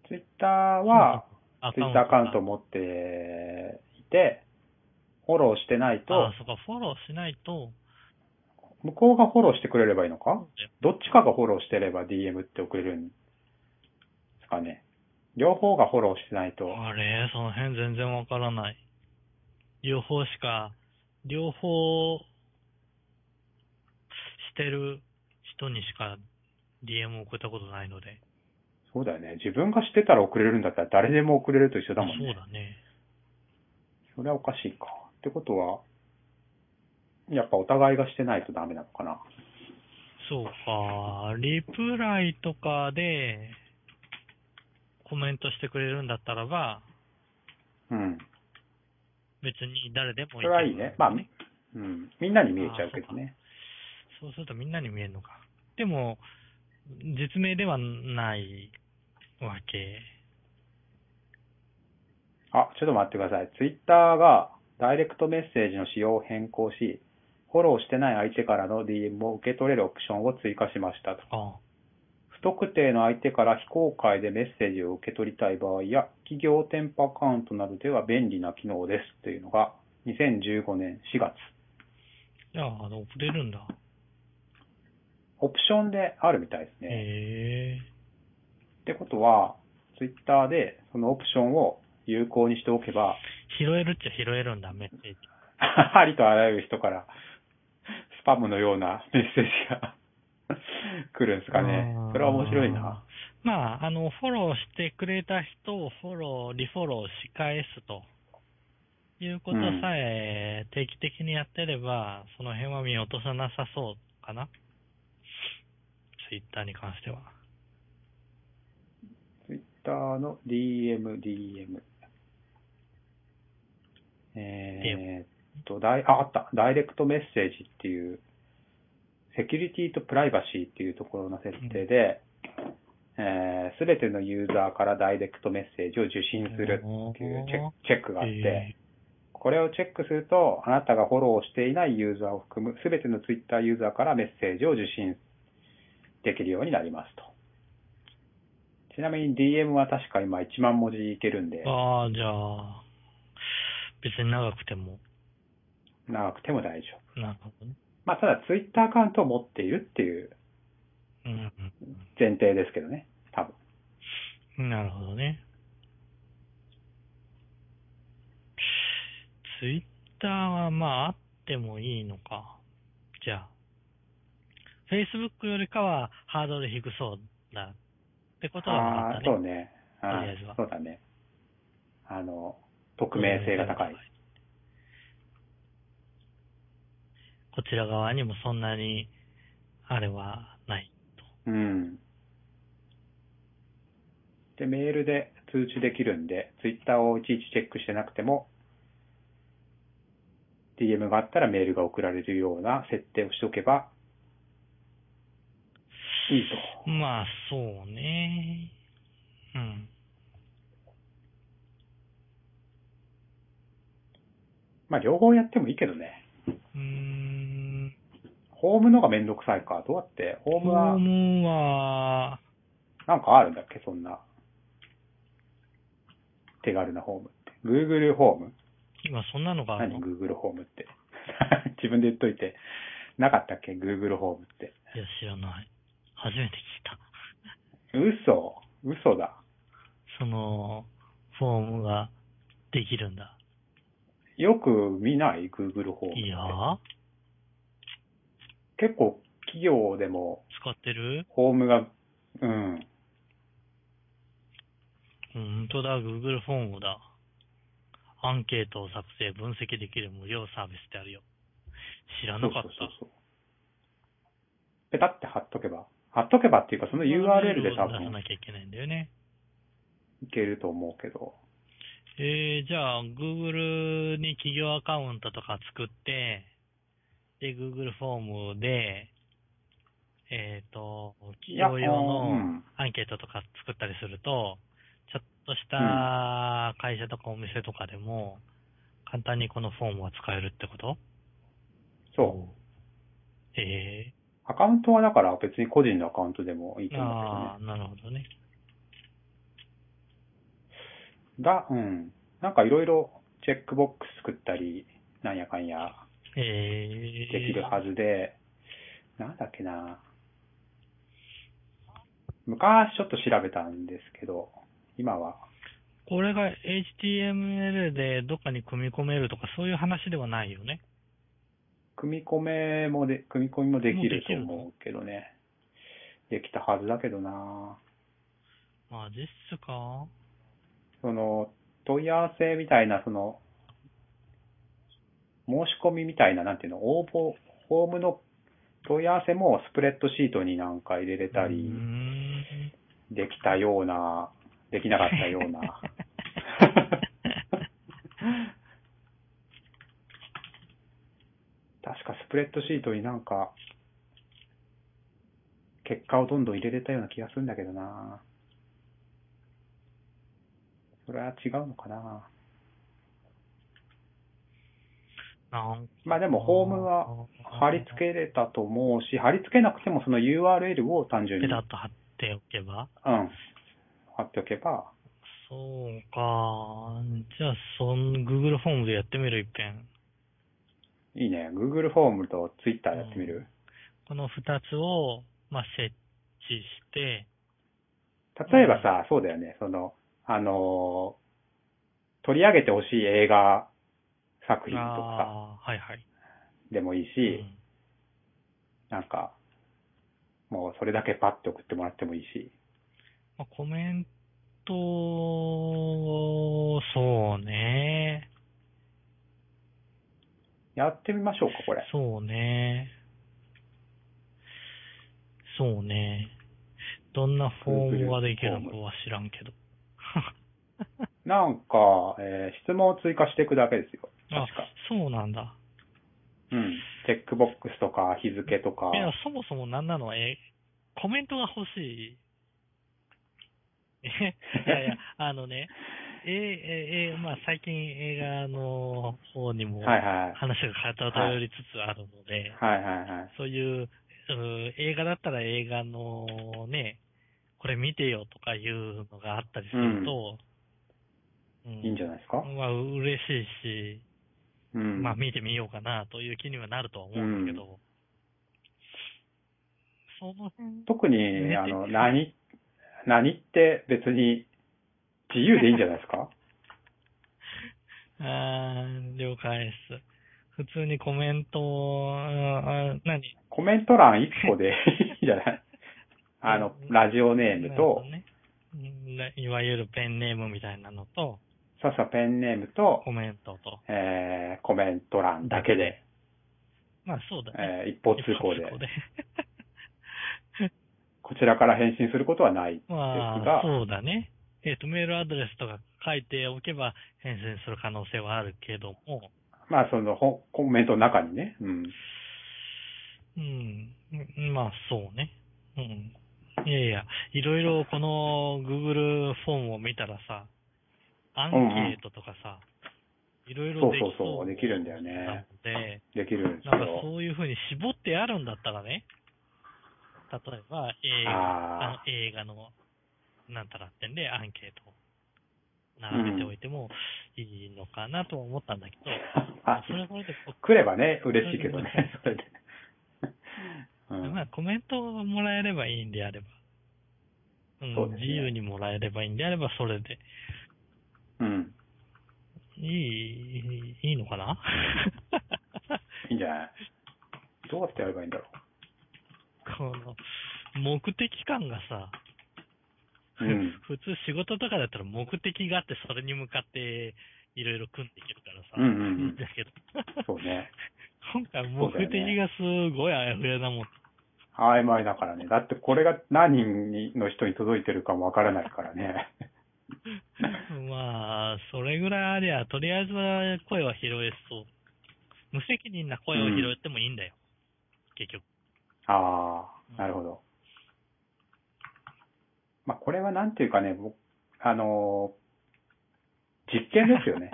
Speaker 1: ツイッターは、
Speaker 2: ア
Speaker 1: ツイッターアカウントを
Speaker 2: も。
Speaker 1: 持っていて、フォローしてない
Speaker 2: あ
Speaker 1: と
Speaker 2: あ、、そっか、フォローしないと、
Speaker 1: 向こうがフォローしてくれればいいのか
Speaker 2: だよ
Speaker 1: どっちかがフォローしてれば DM って送れるんですかね。両方がフォローしてないと、
Speaker 2: あれ、その辺全然わからない。両方しか、両方してる人にしか DM を送ったことないので。
Speaker 1: そうだよね。自分がしてたら送れるんだったら誰でも送れると一緒だもん
Speaker 2: そう
Speaker 1: ね。
Speaker 2: だね。
Speaker 1: それはおかしいか。ってことは、やっぱお互いがしてないとダメなのかな。
Speaker 2: そうか、リプライとかで、コメントしてくれるんだったらば、
Speaker 1: うん。
Speaker 2: 別に誰でも
Speaker 1: そ
Speaker 2: いい。
Speaker 1: れはいいね。まあ、うん。みんなに見えちゃうけどね。
Speaker 2: そうするとみんなに見えるのか。でも、実名ではないわけ。
Speaker 1: あ、ちょっと待ってください。ツイッターがダイレクトメッセージの仕様を変更し、フォローしてない相手からの DM を受け取れるオプションを追加しましたと。
Speaker 2: あ
Speaker 1: 不特定の相手から非公開でメッセージを受け取りたい場合や、企業店舗アカウントなどでは便利な機能ですというのが、2015年4月。
Speaker 2: じゃあ、あの、送れるんだ。
Speaker 1: オプションであるみたいですね。
Speaker 2: へえ。
Speaker 1: ってことは、ツイッターでそのオプションを有効にしておけば、 <laughs>
Speaker 2: 拾えるっちゃ拾えるんだ、メッセージ。
Speaker 1: ありとあらゆる人からスパムのようなメッセージが <laughs> 来るんですかね
Speaker 2: あー。
Speaker 1: それは面白いな。。
Speaker 2: まあ、あの、フォローしてくれた人をフォロー、リフォローし返すと。いうことさえ定期的にやってれば、その辺は見落とさなさそうかな。ツイッターに関しては。
Speaker 1: ツイッターの DM、DM。えーっと、ダイあ、あった。ダイレクトメッセージっていう、セキュリティとプライバシーっていうところの設定で、えーすべてのユーザーからダイレクトメッセージを受信するっていうチェックチェックがあって、
Speaker 2: え
Speaker 1: これをチェックすると、あなたがフォローしていないユーザーを含むすべてのツイッターユーザーからメッセージを受信できるようになりますと。ちなみに DM は確か今1万文字いけるんで
Speaker 2: ー、ああ、じゃあ、別に長くても、
Speaker 1: 長くても大丈夫。
Speaker 2: なるほどね。
Speaker 1: まあただツイッターアカウントを持っているっていう
Speaker 2: うん
Speaker 1: 前提ですけどね。多分。
Speaker 2: うん。なるほどね。ツイッターはまああってもいいのか。じゃあ。Facebook よりかはハードル低そうだ。ってことは分か
Speaker 1: あ
Speaker 2: っ
Speaker 1: ー
Speaker 2: た
Speaker 1: そ
Speaker 2: ね。
Speaker 1: うね。
Speaker 2: り
Speaker 1: あ
Speaker 2: あえずは
Speaker 1: そうだね。あの、匿名性が高い。。
Speaker 2: こちら側にもそんなに、あれはないと。
Speaker 1: うん。で、メールで通知できるんで、ツイッターをいちいちチェックしてなくても、DM があったらメールが送られるような設定をしておけば、いいと。
Speaker 2: まあ、そうね。うん。
Speaker 1: まあ、両方やってもいいけどね。
Speaker 2: うーん。
Speaker 1: ホームのがめんどくさいか。どうやってホーム
Speaker 2: ホ
Speaker 1: は
Speaker 2: ー、ムは、
Speaker 1: なんかあるんだっけそんな。手軽なホームって。Google ホーム
Speaker 2: 今そんなのがあるの
Speaker 1: 何
Speaker 2: い
Speaker 1: ?Google ホームって。 <laughs> 自分で言っといて。なかったっけ ?Google ホームって。
Speaker 2: や、知らない。初めて聞いた。
Speaker 1: 嘘嘘だ。
Speaker 2: その、フォームができるんだ。
Speaker 1: よく見ない ?Google ホームって。
Speaker 2: いやー
Speaker 1: 結構企業でも
Speaker 2: 使ってる
Speaker 1: ホームが、うん。
Speaker 2: うん本当だ、Google フォームだ。アンケートを作成、分析できる無料サービスってあるよ。知らなかった。
Speaker 1: そうそうそうそう。ペタって貼っとけば。貼っとけばっていうか、その URL で多
Speaker 2: 出さ
Speaker 1: 分
Speaker 2: なきゃいけないんだよね。
Speaker 1: いけると思うけど。
Speaker 2: えー、じゃあ、Google に企業アカウントとか作って、で、Google フォームで、えっ、と、企業用
Speaker 1: いやう
Speaker 2: の
Speaker 1: ん
Speaker 2: アンケートとか作ったりすると、ちょっとした会社とかお店とかでも、簡単にこのフォームは使えるってこと
Speaker 1: そう。
Speaker 2: う。え
Speaker 1: アカウントはだから別に個人のアカウントでもいい
Speaker 2: ー、
Speaker 1: と思うけどね
Speaker 2: あ。あ、なるほどね。
Speaker 1: だ、うん。なんかいろいろチェックボックス作ったり、なんやかんや
Speaker 2: え
Speaker 1: で
Speaker 2: ー、
Speaker 1: きるはずで、なんだっけな。昔ちょっと調べたんですけど、今は、
Speaker 2: これが HTML でどっかに組み込めるとか、そういう話ではないよね。
Speaker 1: 組み込めもで、組み込みもできると
Speaker 2: も
Speaker 1: 思うけどね。できたはずだけどな。
Speaker 2: まあ、実質か。
Speaker 1: その、問い合わせみたいな、その、申し込みみたいな、なんていうの、応募、ホームの問い合わせもスプレッドシートになんか入れれた
Speaker 2: うー
Speaker 1: り、
Speaker 2: ん
Speaker 1: できたような、できなかったような。 <laughs> 確かスプレッドシートになんか、結果をどんどん入れれたような気がするんだけどなそれは違うのかな
Speaker 2: <laughs> なん
Speaker 1: まあでも、ホームは貼り付けれたと思うし、貼り付けなくてもその URL を単純に、
Speaker 2: ペ
Speaker 1: うん、
Speaker 2: タッ
Speaker 1: 貼
Speaker 2: と貼っておけば
Speaker 1: っておけば、
Speaker 2: そうか。じゃあ、そん、Google フォームでやってみる、一遍。
Speaker 1: いいね。Google フォームと Twitter やってみる、
Speaker 2: この二つを、まあ、設置して、
Speaker 1: 例えばさ、そうだよね、その、あのー取り上げてほしい映画作品とか
Speaker 2: ああ、はいはい。
Speaker 1: でもいいうし、
Speaker 2: ん
Speaker 1: なんか、もうそれだけパッて送ってもらってもいいし、
Speaker 2: まあ、コメント、そうね。
Speaker 1: やってみましょうか、これ。
Speaker 2: そうね。そうね。どんなフォームができるのかは知らんけど。
Speaker 1: なんか、えー質問を追加していくだけですよ。<laughs>
Speaker 2: あ
Speaker 1: 確か。、
Speaker 2: そうなんだ。
Speaker 1: うん。チェックボックスとか、日付とか
Speaker 2: い。や、そもそもなんなのえ、コメントが欲しい。え、いやいや、
Speaker 1: <laughs>
Speaker 2: あのね、えー、えー、えーまあ最近映画の方にも
Speaker 1: はい
Speaker 2: 話
Speaker 1: はい。
Speaker 2: が偏りつつあるので、
Speaker 1: はいはいはい。
Speaker 2: そういう、うん映画だったら映画のね、これ見てよとかいうのがあったりすると、うん
Speaker 1: いいんじゃないですか
Speaker 2: まあ嬉しいし、
Speaker 1: うん。
Speaker 2: まあ見てみようかなという気にはなるとは思うんだけど、その辺、
Speaker 1: 特に、あの、何、何って別に自由でいいんじゃないですか
Speaker 2: あー了解です。普通にコメントを、あー何
Speaker 1: コメント欄1個で
Speaker 2: <laughs>
Speaker 1: いいんじゃないあの、ラジオネームと、
Speaker 2: ねうんいわゆるペンネームみたいなのと、
Speaker 1: ささペンネームと、
Speaker 2: コメントと。
Speaker 1: えー、コメント欄だけで、
Speaker 2: まあそうだね。
Speaker 1: えー一方通行
Speaker 2: 一
Speaker 1: で
Speaker 2: 方、通行で <laughs>
Speaker 1: こちらから返信することはないです
Speaker 2: まあ
Speaker 1: が、、
Speaker 2: そうだね。えっ、と、メールアドレスとか書いておけば返信する可能性はあるけども、
Speaker 1: まあ、その、ほコメントの中にね、うん。
Speaker 2: うん、うんまあそうね。うん。いやいや、いろいろこの Google フォームを見たらさ、アンケートとかさ、いろいろでき
Speaker 1: そうそうそうできるんだよね
Speaker 2: なので、
Speaker 1: できるんです
Speaker 2: なんか
Speaker 1: よ。
Speaker 2: そういうふうに絞ってあるんだったらね、例えば映画
Speaker 1: あ
Speaker 2: あの映画のなんたらってんでアンケートを並べておいてもいいのかなとは思ったんだけど、
Speaker 1: あ
Speaker 2: それはそれでこ
Speaker 1: 来ればね、嬉しいけどね、それで。うん
Speaker 2: <laughs> まあコメントをもらえればいいんであれば、うん
Speaker 1: そうですね
Speaker 2: 自由にもらえればいいんであればそれで
Speaker 1: うん。
Speaker 2: いい、いいの
Speaker 1: <laughs>
Speaker 2: かな
Speaker 1: いいんじゃないどうやってやればいいんだろ
Speaker 2: この目的感がさ、
Speaker 1: う。うん。
Speaker 2: <laughs> 普通仕事とかだったら目的があってそれに向かっていろいろ組んでいけるからさ、
Speaker 1: うんうんうん
Speaker 2: いいんだけど、
Speaker 1: そうね。
Speaker 2: 今回目的がすごいあやふやなもん。
Speaker 1: 曖昧だからね。だってこれが何人の人に届いてるかもわからないからね。
Speaker 2: <laughs> まあ、それぐらいありゃ、とりあえずは声は拾えそう。無責任な声を拾ってもいいんだよ。結局。
Speaker 1: ああ、なるほど。まあこれはなんていうかね、僕あのー実験ですよね。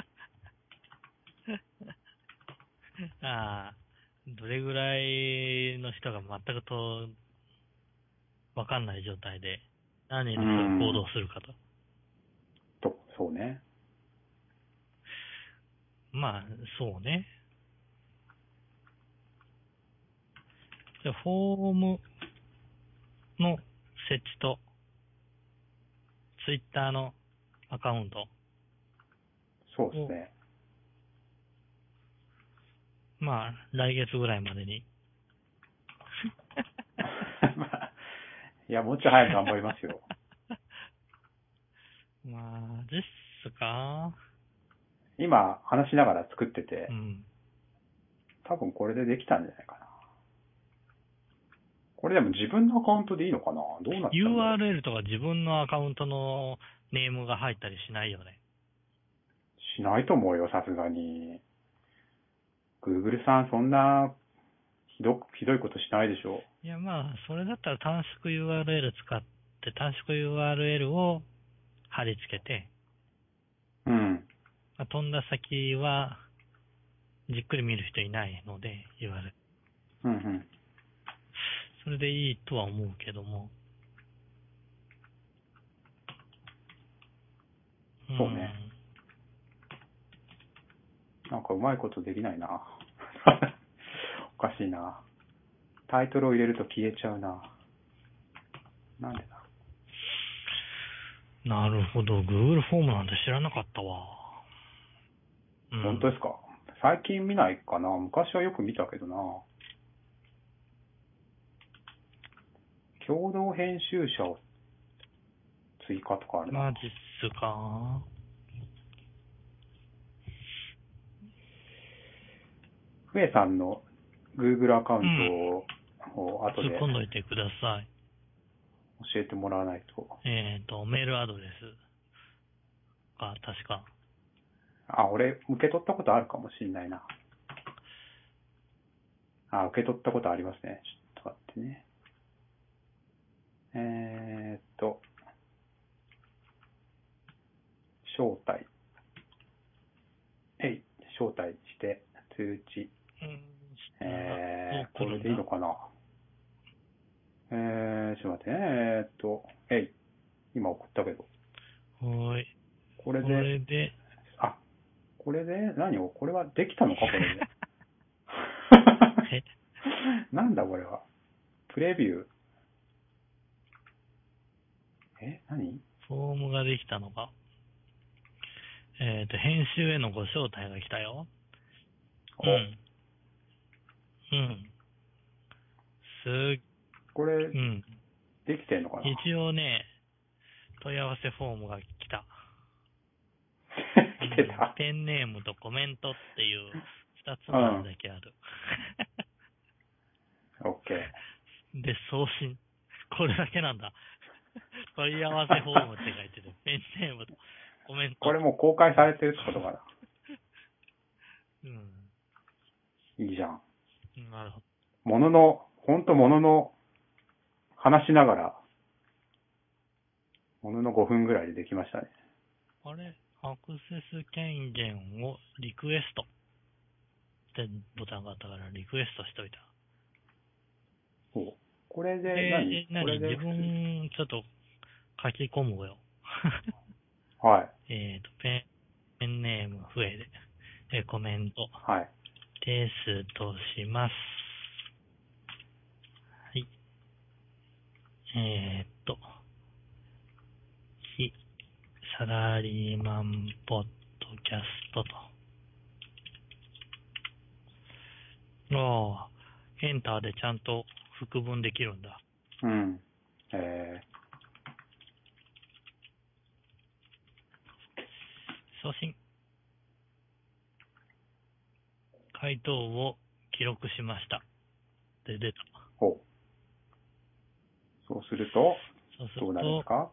Speaker 2: ああ、どれぐらいの人が全くと、わかんない状態で、何に行動するかと。
Speaker 1: と、そうね。
Speaker 2: まあ、そうね。じゃあフォームの設置と、ツイッターのアカウント。
Speaker 1: そうですね。
Speaker 2: まあ、来月ぐらいまでに。
Speaker 1: <laughs> まあいや、もうちょい早く頑張りますよ。
Speaker 2: まあ、ですか
Speaker 1: 今、話しながら作ってて
Speaker 2: う、ん。
Speaker 1: 多分これでできたんじゃないかこれでも自分のアカウントでいいのかなどうなってる
Speaker 2: URL とか自分のアカウントのネームが入ったりしないよね。
Speaker 1: しないと思うよ、さすがに。Google さん、そんな、ひどく、ひどいことしないでしょ
Speaker 2: いや、まあ、それだったら短縮 URL 使って、短縮 URL を貼り付けて、
Speaker 1: う。うん。
Speaker 2: まあ、飛んだ先は、じっくり見る人いないので、URL。
Speaker 1: うんうん。
Speaker 2: それでいいとは思うけども。
Speaker 1: そうねなんかうまいことできない <laughs> な。おかしいな。タイトルを入れると消えちゃうな。なんでだ
Speaker 2: うん。なるほど。Google フォームなんて知らなかったわ。うん、
Speaker 1: 本当ですか最近見ないかな昔はよく見たけどな。共同編集者を追加とかあるな。
Speaker 2: マジっすか。
Speaker 1: ふえさんの Google アカウントをを後
Speaker 2: 突
Speaker 1: で
Speaker 2: っ込んどいてください。
Speaker 1: 教えてもらわないと。
Speaker 2: えっ、と、メールアドレスが確か。
Speaker 1: あ、俺、受け取ったことあるかもしんないな。あ、受け取ったことありますね。ちょっと待ってね。えー、っと、招待。えい、招待して、通知。
Speaker 2: うん
Speaker 1: えー、こ
Speaker 2: どう来る
Speaker 1: れ
Speaker 2: んだ
Speaker 1: でいいのかなえー、ちょっと待ってね。えー、っと、えい、今送ったけど。
Speaker 2: はーい。
Speaker 1: こ
Speaker 2: こ
Speaker 1: れで、
Speaker 2: れで、
Speaker 1: あ、これで、何を、これはできたのか、これで。
Speaker 2: <laughs> え、
Speaker 1: <laughs> なんだこれは。プレビュー。え、何
Speaker 2: フォームができたのか。えっ、と、編集へのご招待が来たよ。
Speaker 1: お
Speaker 2: うん。うん。すっ、
Speaker 1: これ
Speaker 2: う、ん。
Speaker 1: できてんのかな
Speaker 2: 一応ね、問い合わせフォームが来た。
Speaker 1: <laughs> 来てた。
Speaker 2: ペンネームとコメントっていう二つの案だけ
Speaker 1: <laughs>
Speaker 2: ある。
Speaker 1: オッケー。
Speaker 2: で、送信。これだけなんだ。問い合わせフォームって書いてる。ペンネームとコメント。
Speaker 1: これもう公開されてるってことか
Speaker 2: うん。
Speaker 1: な。いいじゃん。
Speaker 2: なるほど。
Speaker 1: ものの、ほんとものの、話しながら、ものの5分ぐらいでできましたね。
Speaker 2: あれアクセス権限をリクエストってボタンがあったからリクエストしといた。
Speaker 1: おこれで
Speaker 2: え
Speaker 1: 何、
Speaker 2: ー、何
Speaker 1: これで
Speaker 2: 自分、ちょっと書き込むよ。
Speaker 1: はい。
Speaker 2: えっと、ペンペンネーム増えで、えーコメント、
Speaker 1: はい。
Speaker 2: テストします。はい。えー、っと、ひ、サラリーマンポッドキャストと。ああ、エンターでちゃんと複分できるんだ。
Speaker 1: うん。え
Speaker 2: 送信。回答を記録しました。で、出た。
Speaker 1: ー、ほう。そうすると、
Speaker 2: そうする
Speaker 1: どうなるんで
Speaker 2: と
Speaker 1: す、か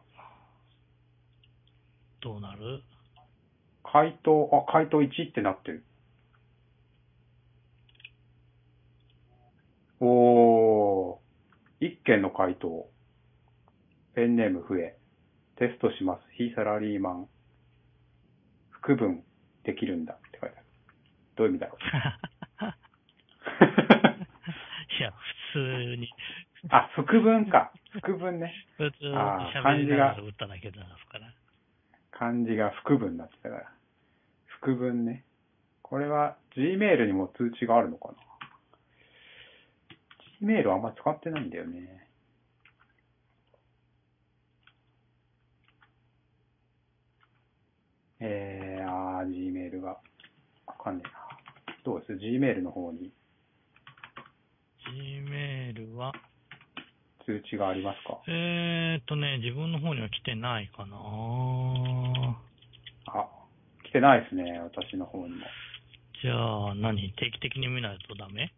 Speaker 2: どうなる <laughs>
Speaker 1: 回答、あ、回答1ってなってる。おー。1件の回答。ペンネーム増え。テストします。非サラリーマン。副文できるんだって書いてある。どういう意味だろう <laughs>
Speaker 2: いや、普通に、
Speaker 1: あ、副文か。副文ね。
Speaker 2: 普通に
Speaker 1: あー
Speaker 2: 喋りなが
Speaker 1: 漢
Speaker 2: ら打っただけなんですから。
Speaker 1: 漢字が副文になってたから。副文ね。これは Gmail にも通知があるのかな ?Gmail あんま使ってないんだよね。えー、あー、Gmail が。わかんねえな。どうです ?Gmail の方に
Speaker 2: Gmail は、
Speaker 1: 通知がありますか
Speaker 2: えーっとね、自分の方には来てないかな
Speaker 1: あ、来てないですね。私の方にも。
Speaker 2: じゃあ何、定期的に見ないとダメ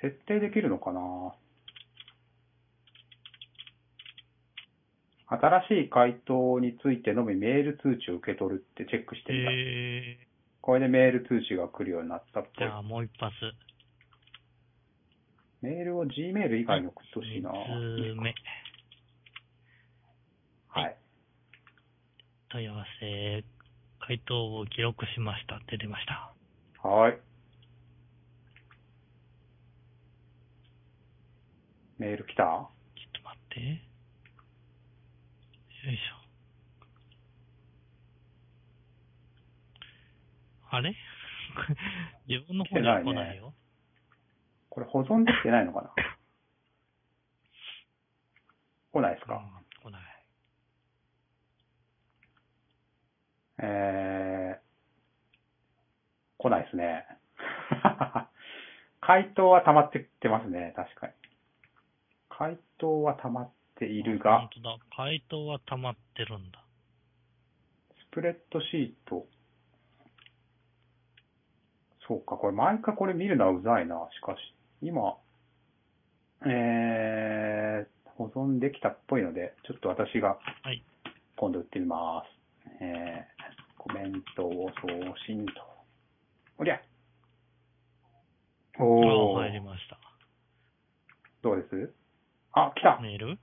Speaker 1: 設定できるのかな新しい回答についてのみメール通知を受け取るってチェックしてみた。
Speaker 2: え
Speaker 1: これでメール通知が来るようになったっ
Speaker 2: ー、
Speaker 1: ぽ
Speaker 2: じ
Speaker 1: い
Speaker 2: ゃ。あもう一発。
Speaker 1: メールを Gmail 以外に送ってほしいな。
Speaker 2: 三つ目。
Speaker 1: はい。
Speaker 2: 問い合わせ、回答を記録しましたって出ました。
Speaker 1: はい。メール来た
Speaker 2: ちょっと待って。よいしょ。あれ <laughs> 自分の方には来ないよ。
Speaker 1: これ保存できてないのかな来ないですか、
Speaker 2: うん来ない。
Speaker 1: えー、来ないですね。 <laughs> 回答は溜まってってますね、確かに。回答は溜まっている
Speaker 2: あ
Speaker 1: が、
Speaker 2: 本当だ。回答は溜まってるんだ。
Speaker 1: スプレッドシート。そうか、これ毎回これ見るのはうざいな、しかし。今、えー、保存できたっぽいので、ちょっと私が
Speaker 2: はい。
Speaker 1: 今度打ってみます。えー、コメントを送信と。おりゃ
Speaker 2: あ
Speaker 1: お
Speaker 2: 入り
Speaker 1: ー、
Speaker 2: ました。
Speaker 1: どうですあ、来た
Speaker 2: メール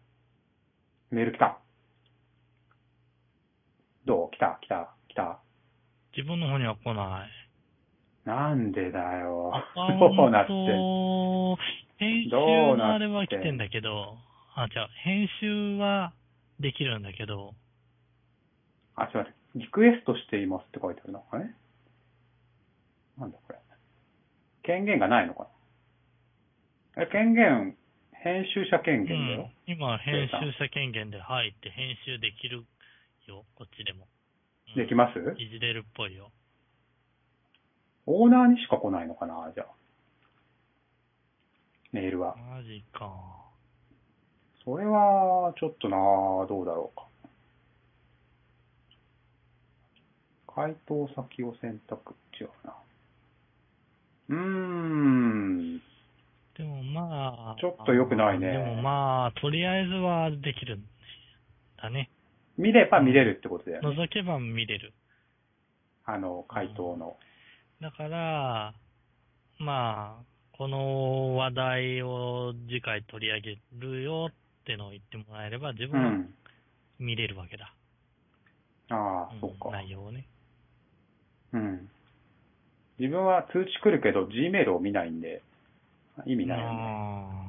Speaker 1: メール来たどう来た来た来た
Speaker 2: 自分の方には来ない。
Speaker 1: なんでだよ
Speaker 2: ア。カウ
Speaker 1: どうなっ
Speaker 2: ン
Speaker 1: てん
Speaker 2: ト、編集のあれは来てんだけど、あ、じゃあ、編集はできるんだけど、
Speaker 1: あ、すいません。リクエストしていますって書いてあるのかね。なんだこれ。権限がないのかな。え、権限、編集者
Speaker 2: う
Speaker 1: 権限だよ
Speaker 2: ん。、今、編集者権限で入って編集できるよ、こっちでも。うん
Speaker 1: できます
Speaker 2: いじれるっぽいよ。
Speaker 1: オーナーにしか来ないのかな、じゃあ。メールは。
Speaker 2: マジか。
Speaker 1: それは、ちょっとなぁ、どうだろうか。回答先を選択。違うな。うーん。
Speaker 2: でもまあ、
Speaker 1: ちょっと良くないね
Speaker 2: でもまあ、とりあえずはできるんだね。
Speaker 1: 見れば見れるってことだよね。
Speaker 2: 覗けば見れる。
Speaker 1: あの、回答の。
Speaker 2: だから、まあ、この話題を次回取り上げるよってのを言ってもらえれば、自
Speaker 1: う
Speaker 2: 分は
Speaker 1: ん。
Speaker 2: 見れるわけだ。
Speaker 1: ああ、
Speaker 2: うん
Speaker 1: そっか。
Speaker 2: 内容をね。
Speaker 1: うん。自分は通知来るけど、Gmail を見ないんで、意味ないよね。
Speaker 2: あ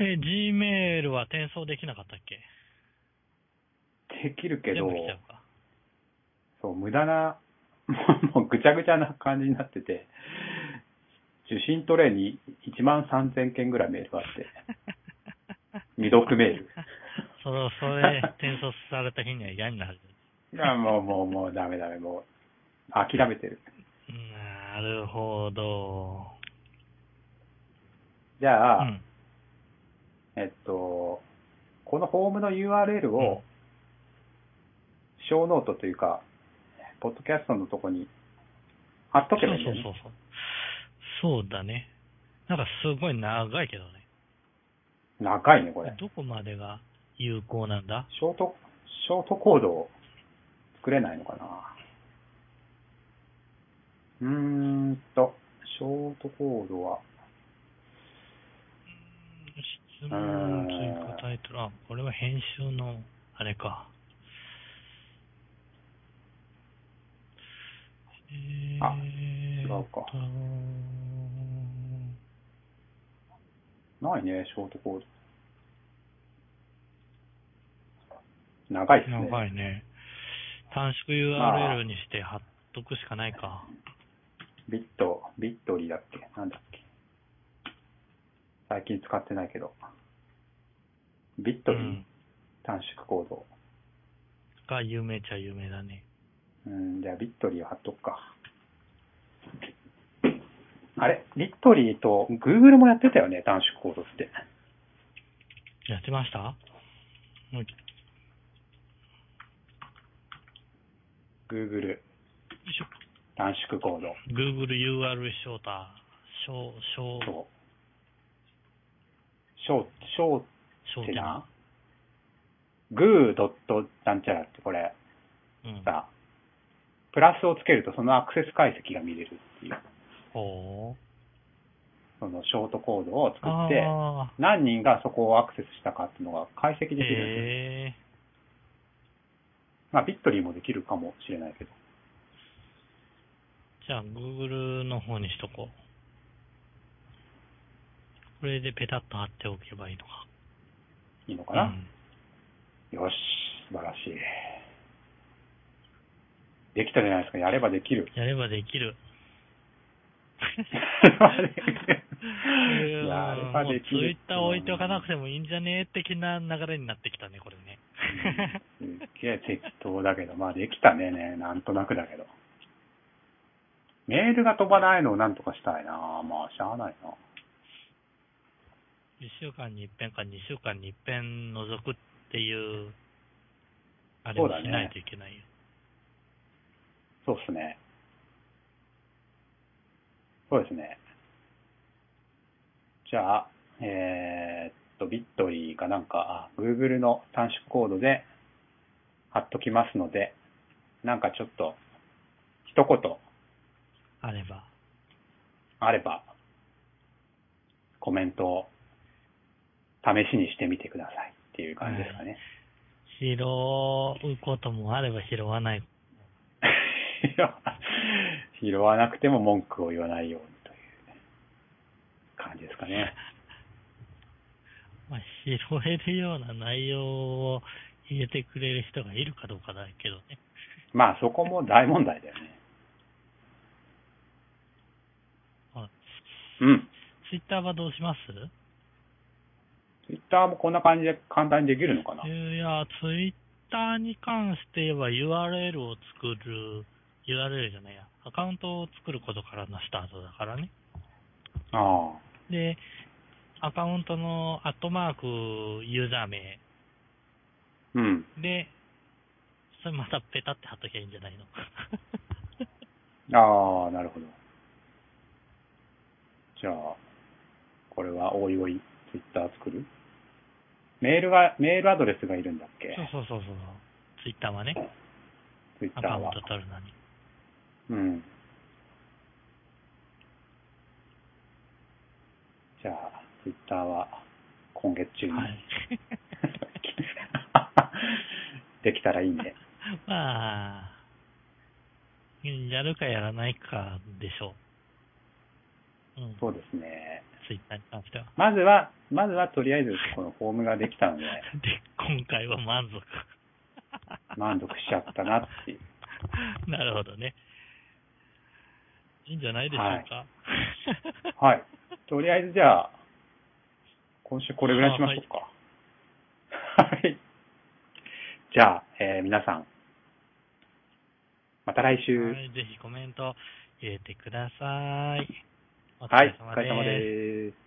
Speaker 2: ーえ、Gmail は転送できなかったっけ
Speaker 1: できるけ
Speaker 2: 全
Speaker 1: ど
Speaker 2: 部、来ちゃうか。
Speaker 1: そう、無駄な、 <laughs> もうぐちゃぐちゃな感じになってて、受信トレイに1万3000件ぐらいメールがあって、
Speaker 2: <laughs>
Speaker 1: 未読メール。
Speaker 2: それ、それ、転送された日には嫌になる。
Speaker 1: いや、もう、もう、もう、ダメダメ、もう、諦めてる。
Speaker 2: なるほど。
Speaker 1: じゃ
Speaker 2: う
Speaker 1: あ、
Speaker 2: ん。
Speaker 1: えっと、このフォームの URL
Speaker 2: うん
Speaker 1: を、小ノートというか、ポッドキャストのとこに貼っとけばいいんだよね。
Speaker 2: そうそうそうそう。そうだね。なんかすごい長いけどね。
Speaker 1: 長いね、これ。
Speaker 2: どこまでが有効なんだ
Speaker 1: ショート、ショートコードを作れないのかなうーんと、ショートコードは、
Speaker 2: 質問追加タイトル。あ、これは編集の、あれか。
Speaker 1: あ
Speaker 2: え
Speaker 1: 違う
Speaker 2: ー
Speaker 1: か
Speaker 2: と
Speaker 1: ないね、ショートコード。長いですね。
Speaker 2: 長いね。短縮 URL にして貼っとくしかないか。
Speaker 1: ビット、ビットリーだっけなんだっけ最近使ってないけど。ビットリー、
Speaker 2: うん
Speaker 1: 短縮コード。
Speaker 2: が有名っちゃ有名だね。
Speaker 1: うん、じゃあビットリーを貼っとくか。あれビットリーと Google もやってたよね、短縮コードって。
Speaker 2: やってましたもう
Speaker 1: Google
Speaker 2: 一緒
Speaker 1: 短縮コード。
Speaker 2: Google URL ショーター、小、小、
Speaker 1: そう。小、小
Speaker 2: 小
Speaker 1: って
Speaker 2: 的な。
Speaker 1: な、グードットなんちゃらってこれ
Speaker 2: うん。
Speaker 1: さ、プラスをつけるとそのアクセス解析が見れるっていう、
Speaker 2: ほ
Speaker 1: そのショートコードを
Speaker 2: う。
Speaker 1: 作
Speaker 2: あ
Speaker 1: って、
Speaker 2: あ
Speaker 1: 何人がそこをアクセスしたかっていうのが解析でき
Speaker 2: ー。
Speaker 1: るんですよ。
Speaker 2: え
Speaker 1: まあ、ビットリーもできるかもしれないけど。
Speaker 2: ー。じゃあ、Google の方にしとこう。これでペタッと貼っておけばいいのか。
Speaker 1: いいのかな、
Speaker 2: うん
Speaker 1: よし、素晴らしい。できたじゃないですか。やればできる。
Speaker 2: やればで
Speaker 1: <laughs>
Speaker 2: きる。
Speaker 1: いやあれはできる
Speaker 2: もうツイッター置いておかなくてもいいんじゃねえ的な流れになってきたね、これね。
Speaker 1: すっげえ適当だけど、まあできたねね、なんとなくだけど。メールが飛ばないのをなんとかしたいなまあしゃあないな。
Speaker 2: 1週間に一遍か2週間に一遍覗くっていう、あれ
Speaker 1: そ
Speaker 2: を
Speaker 1: うだね
Speaker 2: しないといけないよ。
Speaker 1: そうっすね。そうですね。じゃあ、えーっと、ビットリーかなんか、あ Google の短縮コードで貼っときますので、なんかちょっと、一言
Speaker 2: あれば。
Speaker 1: あれば、コメントを試しにしてみてくださいっていう感じですかね。
Speaker 2: 拾うこともあれば拾わない。
Speaker 1: <laughs> 拾わなくても文句を言わないようにという、ね、感じですかね。
Speaker 2: まあ、拾えるような内容を入れてくれる人がいるかどうかだけどね。
Speaker 1: まあそこも大問題だよね。
Speaker 2: あ
Speaker 1: うん。
Speaker 2: ツイッターはどうします
Speaker 1: Twitter もこんな感じで簡単にできるのかない
Speaker 2: や、ツイッターに関して言えば URL を作る、URL じゃないや、アカウントを作ることからのスタートだからね。
Speaker 1: ああ。
Speaker 2: で、アカウントのアットマークユーザー名
Speaker 1: うん。
Speaker 2: で、それまたペタって貼っときゃいいんじゃないの <laughs>
Speaker 1: ああ、なるほど。じゃあ、これはおいおい、ツイッター作るメールが、メールアドレスがいるんだっけ
Speaker 2: そうそうそうそう。ツイッターはね、
Speaker 1: ツイッ
Speaker 2: ア
Speaker 1: ター
Speaker 2: カウン
Speaker 1: は
Speaker 2: ト。取るのに。
Speaker 1: うん。じゃあ、ツイッターは今月中に、
Speaker 2: はい。 <laughs>
Speaker 1: <laughs> できたらいいね。
Speaker 2: まあ、やるかやらないかでしょう。うん。
Speaker 1: そうですね。
Speaker 2: ツイッターに関しては。
Speaker 1: まずは、まずはとりあえずこのフォームができたので、
Speaker 2: で、今回は満足。
Speaker 1: 満足しちゃったなっていう。
Speaker 2: <laughs> なるほどね。いいんじゃないでしょうか。
Speaker 1: はい。とりあえずじゃあ、今週これぐらいにしましょうか。はい。じゃあ、えー皆さん、また来週。
Speaker 2: <laughs> はいぜひコメント入れてください。お
Speaker 1: は
Speaker 2: 疲
Speaker 1: い
Speaker 2: れ、
Speaker 1: お疲れ様
Speaker 2: 様で
Speaker 1: で
Speaker 2: す。
Speaker 1: す。